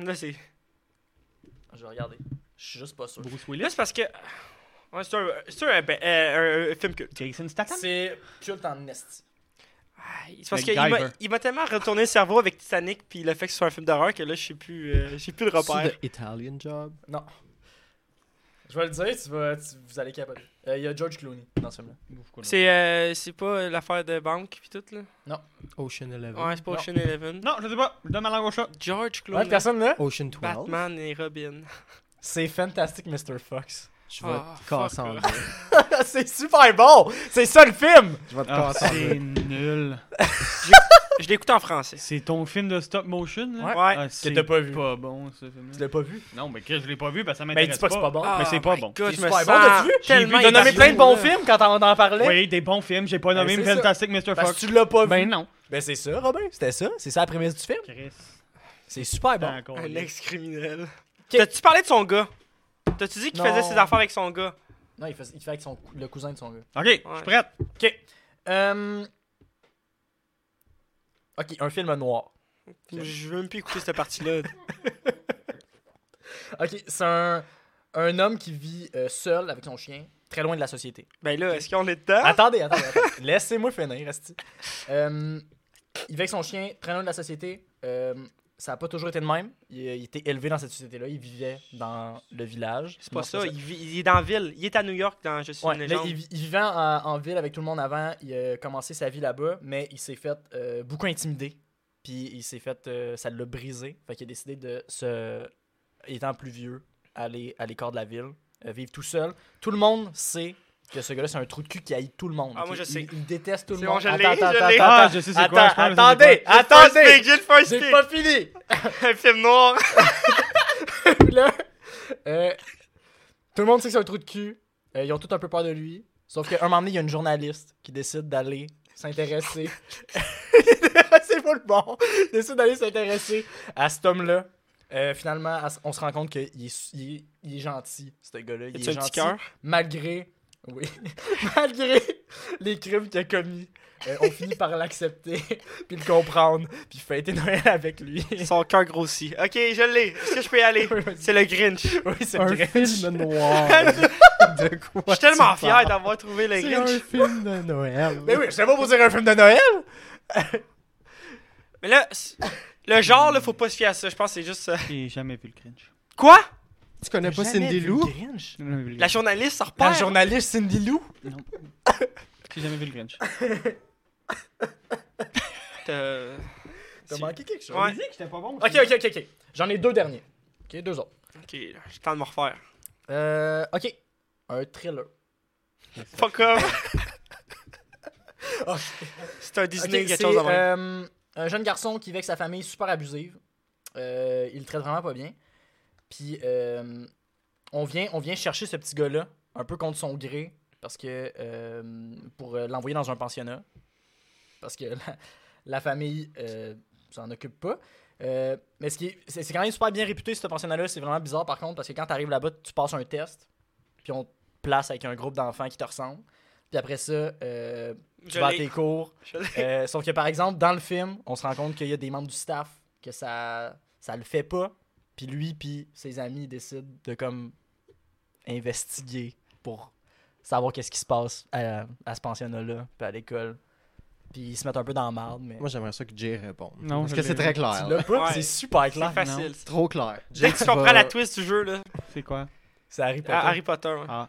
E: Là, c'est.
B: Je vais regarder. Je suis juste pas sûr.
G: Bruce
E: Là,
G: Willis.
E: c'est parce que. Ouais, c'est un, c'est un, ben, euh, un- un film que.
G: Jason Statham.
B: C'est culte en esti.
E: Aïe, C'est parce
G: Le
E: qu'il m'a
G: Giver.
E: il m'a tellement retourné le cerveau avec Titanic puis le fait que ce soit un film d'horreur que là, je sais plus, euh, j'ai plus le repère.
C: C'est The Italian Job.
B: Je vais le dire, tu vas, tu- vous allez capoter. Euh, Il y a George Clooney dans ce film-là.
E: C'est euh, c'est pas l'affaire de banque puis tout là.
C: Ocean Eleven.
E: Ouais, c'est pas Ocean Eleven.
G: Non, je sais pas. Je donne ma langue au chat.
E: George
B: Ouais,
E: Clooney,
B: personne là
C: Ocean 12.
E: Batman et Robin. (laughs)
B: C'est Fantastic Mr. Fox.
C: Je vais
E: Ah,
C: te casser
E: fuck
C: en
E: off.
C: deux.
B: (laughs) c'est super bon C'est ça le film
C: Je vais te
G: Ah,
C: casser en deux.
G: c'est nul.
E: Je l'écoute en français.
G: C'est ton film de stop motion, là?
E: Ouais.
B: Euh,
G: Ah, c'est
B: t'as pas vu.
G: pas bon, ce film
B: Tu l'as pas vu
G: Non, mais Chris, je l'ai pas vu, parce que ça
B: Mais dis
G: m'intéresse
B: pas que c'est pas bon.
E: Ah,
G: mais c'est pas
E: my
G: bon.
E: God,
B: C'est
E: je me
B: super
E: sens
B: bon, t'as-tu vu?
E: tellement
B: T'as nommé
E: établi,
B: plein de bons
E: là.
B: films quand on en parlait
G: Oui, des bons films, j'ai pas
B: Ben,
G: nommé
B: c'est ça.
G: Fantastic Mr.
B: Parce que
G: Fox.
B: tu l'as pas
G: Ben
B: vu.
G: non.
B: Ben c'est ça, Robin. C'était ça. C'est ça la prémisse du film.
G: Chris,
B: C'est super
G: t'es
B: bon.
G: encore
E: Un
G: là.
E: ex-criminel. T'as-tu parlé de son gars? T'as-tu dit qu'il
B: Non.
E: faisait ses affaires avec son gars?
B: Non, il fait, il fait avec son, le cousin de son gars.
G: Ok, je suis prête.
B: Ok. Euh... Ok, un film noir.
E: Je veux même plus écouter cette partie-là.
B: Ok, c'est un, un homme qui vit euh, seul avec son chien, très loin de la société.
E: (laughs) ben là, est-ce qu'on est dedans?
B: Attendez, attendez, attendez. (laughs) Laissez-moi finir, restez. Euh, il vit avec son chien, très loin de la société. Euh, ça n'a pas toujours été de même. Il, il était élevé dans cette société-là. Il vivait dans le village.
E: C'est pas
B: Non,
E: ça, il, vit- il est dans la ville. Il est à New York dans Je suis
B: Ouais,
E: une
B: mais
E: légende.
B: il, vi- il vivait en, en ville avec tout le monde avant. Il a commencé sa vie là-bas, mais il s'est fait euh, beaucoup intimider. Puis il s'est fait. euh, ça l'a brisé. Fait qu'il a décidé de se. étant plus vieux, aller à l'écart de la ville, euh, vivre tout seul. Tout le monde sait que ce gars-là, c'est un trou de cul qui haït tout le monde.
E: Ah,
B: ok?
E: moi, je
B: Il-
E: sais.
B: Il, déteste tout le
E: C'est
B: monde.
E: bon, je
B: Attends,
E: l'ai,
B: attends,
E: je
B: attends,
E: l'ai.
B: attends.
G: Ah, je sais c'est quoi, je
B: Attends,
G: pense que
B: attendez,
G: c'est quoi.
B: attendez!
E: J'ai le first
B: J'ai
E: pick!
B: pas fini!
E: Un film noir!
B: Puis (laughs) là, euh, tout le monde sait que c'est un trou de cul. Euh, ils ont tout un peu peur de lui. Sauf qu'à un moment donné, il y a une journaliste qui décide d'aller s'intéresser. (laughs) C'est pas le bon. Il Décide d'aller s'intéresser à cet homme-là. Euh, finalement, à- on se rend compte qu'il est, su- il est- il est gentil, ce gars-là. Il
E: T'as-tu
B: est
E: un petit
B: gentil.
E: cœur?
B: Malgré. Oui. (laughs) malgré les crimes qu'il a commis. Euh, on finit par l'accepter, (laughs) puis le comprendre, puis fêter Noël avec lui. (laughs)
E: Son cœur grossit. Ok, je l'ai. Est-ce que je peux y aller? C'est le Grinch.
B: oui, c'est (laughs)
C: Un
B: vrai.
C: film
E: (laughs)
C: noir. de quoi
E: Je suis tellement fier d'avoir trouvé le
C: C'est un
E: Grinch.
C: film de Noël.
B: Mais oui, c'est pas pour dire un film de Noël.
E: Mais là, c'est- le genre, là, faut pas se fier à ça. Je pense que c'est juste ça.
G: J'ai jamais vu le cringe.
E: Quoi?
C: Tu connais pas Cindy Lou?
G: J'ai jamais vu le
E: La
G: cringe.
E: journaliste, ça repère.
B: La journaliste Cindy Lou.
G: Non. J'ai jamais vu le cringe.
E: Euh,
B: T'as
E: Tu-
B: manqué quelque chose.
E: Ouais.
G: que j'étais pas bon.
B: Ok, ok, ok, ok. J'en ai deux derniers. Ok, deux autres.
E: Ok, là, j'ai le temps de me refaire.
B: Euh, ok. Un thriller.
E: Fuck off.
B: Ok.
E: C'est un
B: Ok,
E: Disney, quelque
B: c'est,
E: chose de même.
B: euh, un jeune garçon qui vit avec sa famille super abusive. Euh, il le traite vraiment pas bien. Puis euh, on, vient, on vient chercher ce petit gars-là, un peu contre son gré, parce que euh, pour euh, l'envoyer dans un pensionnat. Parce que (laughs) la, la famille euh, s'en occupe pas. Euh, mais ce qui est- c'est c'est quand même super bien réputé, ce pensionnat-là. C'est vraiment bizarre, par contre, parce que quand t'arrives là-bas, tu passes un test, puis on te place avec un groupe d'enfants qui te ressemblent. Puis après ça, euh, tu
E: Je
B: vas à
E: l'ai.
B: tes cours,
E: Je l'ai.
B: euh, sauf que par exemple, dans le film, on se rend compte qu'il y a des membres du staff que ça ça le fait pas, puis lui puis ses amis décident de comme investiguer pour savoir qu'est-ce qui se passe à, à ce pensionnat là, puis à l'école. Puis ils se mettent un peu dans la marde mais
C: Moi, j'aimerais ça que Jay réponde.
G: Non,
C: Parce
G: je
C: que
G: l'ai
C: c'est
G: vu.
C: très
B: Tu
C: clair. là.
B: l'as pas,
E: Ouais.
B: c'est super clair.
E: C'est facile. ça.
C: Trop clair.
E: Dès
C: Jay,
E: que tu
C: vas-
E: comprends la twist du jeu, là.
G: C'est quoi
B: C'est Harry Potter.
E: Ah, Harry Potter, ouais.
G: Ah.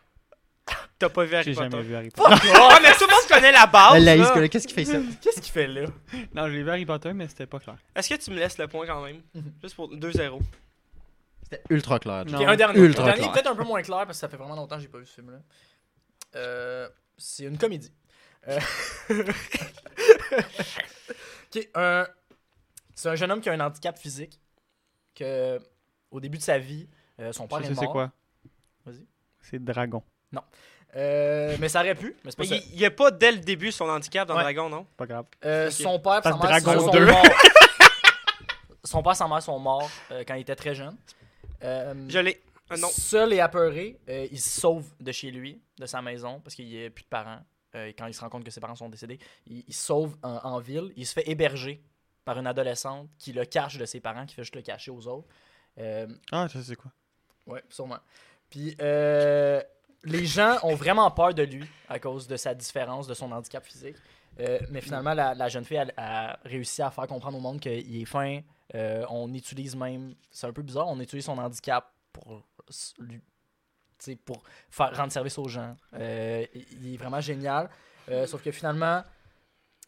E: T'as pas vu Harry
D: J'ai
E: Potter. (laughs)
D: jamais vu Harry Potter.
E: Fuck off! mais tout le monde connaît la base.
C: La liste,
E: là.
C: là, qu'est-ce qu'il fait ça?
E: (laughs)
B: Qu'est-ce qu'il fait là?
D: Non, j'ai vu Harry Potter, mais c'était pas clair.
E: Est-ce que tu me laisses le point quand même? Juste pour 2-0.
C: C'était ultra clair.
D: Non.
B: Ok, un dernier.
C: Ultra
B: un dernier
C: clair.
B: peut-être un peu moins clair parce que ça fait vraiment longtemps que j'ai pas vu ce film-là. Euh, c'est une comédie. Euh, (laughs) ok, un- C'est un jeune homme qui a un handicap physique que au début de sa vie, euh, son père
D: Je
B: est
D: sais
B: mort.
D: c'est quoi.
B: Vas-y.
D: C'est Dragon.
B: Euh, mais ça aurait pu, mais c'est pas
E: Mais
B: ça.
E: il n'y a pas dès le début son handicap dans
B: Ouais.
E: Dragon, non?
D: Pas grave.
B: Euh,
E: Ok.
B: Son père et sa
D: Parce
B: mère
D: Dragon
B: sont, sont
D: 2.
B: morts.
D: (laughs)
B: son père et sa mère sont morts euh, quand il était très jeune. Euh,
E: Je l'ai. Ah non.
B: Seul et apeuré, euh, il se sauve de chez lui, de sa maison, parce qu'il n'y a plus de parents. Euh, et quand il se rend compte que ses parents sont décédés, il, il se sauve en, en ville. Il se fait héberger par une adolescente qui le cache de ses parents, qui fait juste le cacher aux autres. Euh,
D: Ah, je sais
G: (laughs)
D: c'est quoi.
B: ouais, sûrement. Puis euh, les gens ont vraiment peur de lui à cause de sa différence, de son handicap physique. Euh, mais finalement, la, la jeune fille elle, a réussi à faire comprendre au monde qu'il est fin. Euh, on utilise même, c'est un peu bizarre, on utilise son handicap pour s- lui, tu sais, pour faire rendre service aux gens. Euh, il- il est vraiment génial. Euh, sauf que finalement,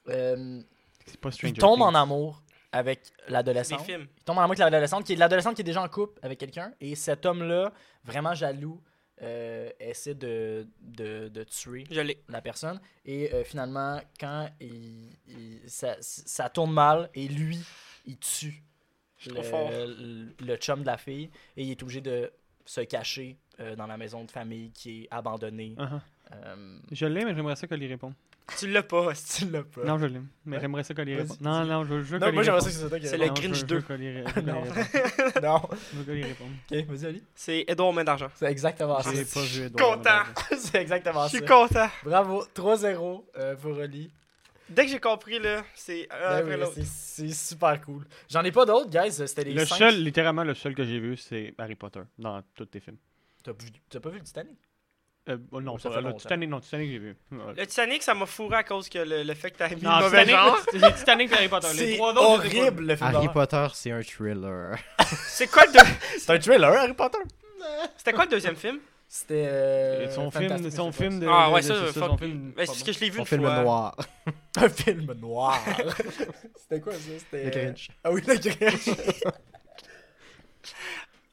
B: euh,
D: C'est pas
B: il
D: Stranger
B: tombe
D: Things.
B: en amour avec
E: Des
B: l'adolescente.
E: films.
B: Il tombe en amour avec l'adolescente, qui est l'adolescente qui est déjà en couple avec quelqu'un. Et cet homme-là, vraiment jaloux, euh, essaie de, de, de tuer
E: Je l'ai.
B: la personne. Et euh, finalement, quand il, il- ça, ça tourne mal, et lui, il tue
E: suis trop fort.
B: le, le chum de la fille. Et il est obligé de se cacher euh, dans la maison de famille qui est abandonnée.
D: Uh-huh.
B: Euh,
D: Je l'ai, mais j'aimerais ça qu'elle y réponde.
E: Tu l'as pas, hostie.
B: tu l'as pas.
D: Non, je l'ai, mais
B: Ouais.
D: j'aimerais ça qu'elle y
B: Vas-y,
D: réponde. Non,
B: dis.
D: non, je veux je veux
B: Non,
D: qu'elle y
B: moi j'aimerais ça
D: réponde.
B: que c'est toi qui
E: C'est
B: réponds.
E: le Grinch 2.
B: Non. (laughs)
D: Non, je veux- je veux qu'elle y ré- je veux qu'elle y réponde.
B: Non.
D: Je veux qu'elle y réponde.
B: Ok, vas-y, Ali.
E: C'est Edouard Main d'Argent.
B: Ah, C'est exactement ça.
D: J'ai
E: je
D: pas
E: suis
D: vu Edouard
E: content.
D: Main d'Argent.
B: C'est exactement ça. (laughs)
E: Je suis content.
B: Bravo, 3-0 euh, pour Oli.
E: Dès que j'ai compris, là, c'est un
B: Ben
E: après
B: oui,
E: l'autre.
B: c'est- c'est super cool. J'en ai pas d'autres, guys. C'était les
D: Le
B: cinq.
D: seul, littéralement le seul que j'ai vu, c'est Harry Potter dans tous tes films.
B: T'as vu- T'as pas vu le Titanic?
D: Euh, oh non,
B: Ça
D: ça
B: fait
D: fait le
B: longtemps.
D: Titanic, non, Titanic j'ai vu. Ouais.
E: Le Titanic, ça m'a fourré à cause que le, le fait que t'as mis
D: Non,
E: le mauvais
D: Titanic, (laughs)
E: genre.
D: le- c'est Titanic et Harry Potter. Les
B: C'est
D: trois autres, j'ai pas vu.
B: horrible le film.
C: Harry
B: d'horreur.
C: Potter, c'est un thriller.
E: C'est quoi, le deux-
B: C'est un thriller, Harry Potter.
E: c'était quoi le deuxième film?
B: C'était. euh,
D: Et Son
B: Fantastic
D: film, son
B: Mr. (laughs)
D: film de.
G: Euh,
E: Ah
D: de-
E: ouais,
D: de-
E: ça,
D: c'est
E: fuck.
D: son film.
E: Ben, c'est parce que je l'ai vu
C: Son
E: une
C: film
E: fois.
C: noir.
B: Fox. Un film noir. (laughs) C'était quoi ça? C'était.
C: Le Grinch.
B: Ah oui, le Grinch.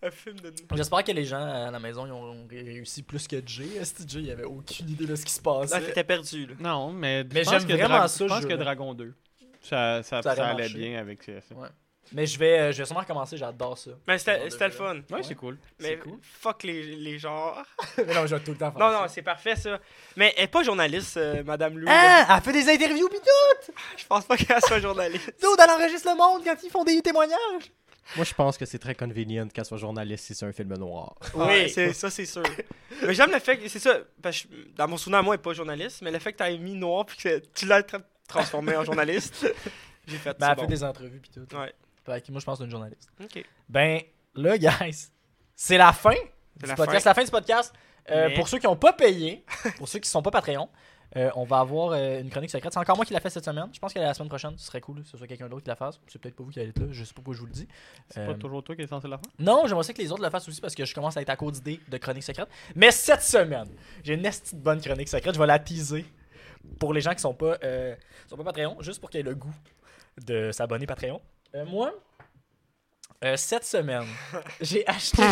E: Un film de
B: (laughs) J'espère que les gens à la maison ils ont réussi plus que Jay. Est-ce que Jay il avait aucune idée de ce qui se
E: Là,
B: passait?
E: t'étais Ah, perdu, là.
D: Non, mais,
B: Mais
D: je pense
B: j'aime
D: que
B: vraiment
D: Dra-
B: ça,
D: Je pense
B: je-
D: que Dragon 2. Ça, ça,
B: Ça
D: ça,
B: aurait
D: allait
B: marché.
D: bien avec euh, ça.
B: Ouais. Mais je vais, euh, je vais sûrement recommencer, j'adore ça.
E: Mais
B: Bon,
E: c'était c'était le
B: déjà,
E: fun.
D: Ouais, c'est cool.
E: Mais
B: cool.
E: fuck les, les genres.
B: (laughs) Mais non, je vais tout le temps faire
E: Non,
B: ça.
E: non, c'est parfait, ça. Mais elle est pas journaliste, euh, Madame Lou.
B: Ah, elle fait des interviews pis tout!
E: Je pense pas qu'elle soit journaliste.
B: (laughs) Dude, elle enregistre le monde quand ils font des témoignages!
C: Moi, je pense que c'est très convenient qu'elle soit journaliste si c'est un film noir.
E: Oui, Ah
B: Bah,
E: c'est ça, c'est sûr. mais j'aime le fait que. C'est ça. Parce que je- dans mon souvenir, moi, elle est pas journaliste, mais le fait que t'as mis noir puis que tu l'as tra- transformé
B: (laughs)
E: en journaliste, j'ai fait
B: Ben,
E: ça.
B: elle fait des entrevues pis tout.
E: Ouais.
B: Fait que moi, je pense d'une journaliste.
E: Ok.
B: Ben, là, guys, c'est la fin du
E: la
B: podcast. C'est la fin du podcast. Euh,
E: Mais-
B: Pour ceux qui n'ont pas payé, pour ceux qui sont pas Patreon, euh, on va avoir euh, une chronique secrète. C'est encore moi qui la fais cette semaine. Je pense qu'elle est la semaine prochaine. Ce serait cool que ce soit quelqu'un d'autre qui la fasse. C'est peut-être pas vous qui allez être là. Je sais pas pourquoi je vous le dis.
D: C'est
B: Euh,
D: pas toujours toi qui es censé la (laughs) faire.
B: Non, j'aimerais ça que les autres le fassent aussi parce que je commence à être à court d'idées de chronique secrète. Mais cette semaine, j'ai une esti de bonne chronique secrète. Je vais la teaser pour les gens qui sont pas, euh, qui sont pas Patreon, juste pour qu'ils aient le goût de s'abonner Patreon. Euh, moi, euh, cette semaine, j'ai acheté,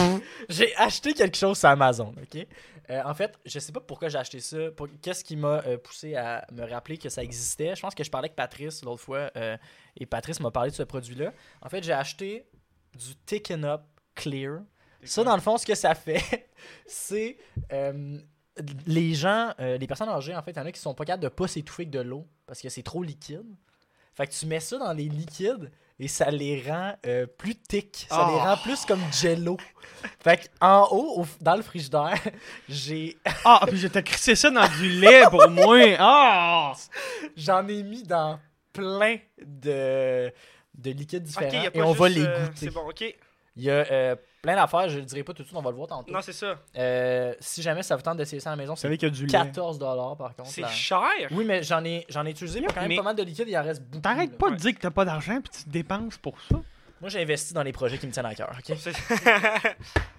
B: j'ai acheté quelque chose sur Amazon. Ok. Euh, en fait, je sais pas pourquoi j'ai acheté ça. pour- Qu'est-ce qui m'a euh, poussé à me rappeler que ça existait Je pense que je parlais avec Patrice l'autre fois euh, et Patrice m'a parlé de ce produit-là. En fait, j'ai acheté du Taken Up Clear. Ça, dans le fond, ce que ça fait, (laughs) c'est euh, les gens, euh, les personnes âgées, en fait, il y en a qui sont pas capables de pas s'étouffer avec de l'eau parce que c'est trop liquide. Fait que tu mets ça dans les liquides et ça les rend euh, plus thick. Ça les
E: Oh.
B: rend plus comme jello. Fait que en haut, au- dans le frigidaire, (laughs) j'ai
D: Ah, puis j'étais crissé ça dans du lait pour moi. Ah!
B: J'en ai mis dans plein de, de liquides
E: Ok,
B: différents
E: y a pas
B: et on va
E: juste,
B: les
E: euh,
B: goûter.
E: C'est bon, ok.
B: Il y a euh, plein d'affaires, je le dirai pas tout de suite, on va le voir tantôt.
E: Non, c'est ça.
B: Euh, si jamais ça vous tente d'essayer ça à la maison,
D: Vous
B: c'est
D: savez qu'il y a du lait.
B: 14 dollars par contre.
E: C'est
B: là.
E: cher.
B: Oui, mais j'en ai j'en ai utilisé pour quand même
D: mais-
B: pas mal de liquides, il en reste beaucoup.
D: T'arrêtes
B: là.
D: pas
E: Ouais.
D: de dire que t'as pas d'argent puis tu dépenses pour ça.
B: Moi, j'ai investi dans les projets qui me tiennent à cœur, OK? (laughs)
E: C'est-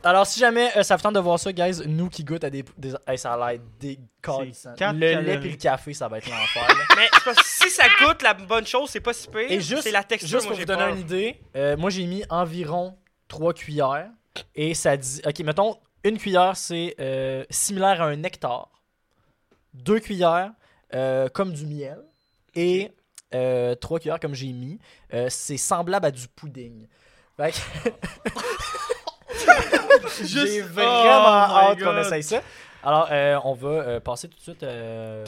B: Alors, si jamais euh, ça vous tente de voir ça, guys, nous qui goûtent à des. des- hey, ça a l'air décalissant.
G: quatre
B: Le lait
G: calories.
B: puis le café, ça va être l'enfer. là.
E: Mais c'est parce que si ça goûte la bonne chose, c'est pas si pire.
B: Et juste,
E: c'est la texture,
B: juste
E: moi,
B: pour
E: j'ai
B: vous donner
E: peur.
B: une idée, euh, moi j'ai mis environ 3 cuillères et ça dit. Ok, mettons, une cuillère c'est euh, similaire à un nectar, deux cuillères euh, comme du miel et euh, trois cuillères comme j'ai mis, euh, c'est semblable à du pudding. Fait
E: (laughs)
B: que j'ai vraiment
E: Oh
B: hâte qu'on essaye ça. Alors, euh, on va euh, passer tout de suite. euh,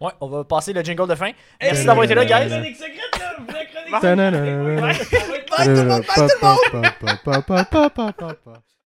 B: Ouais, on va passer le jingle de fin. Merci d'avoir été là, guys.
C: Bye tout le monde, bye tout le monde!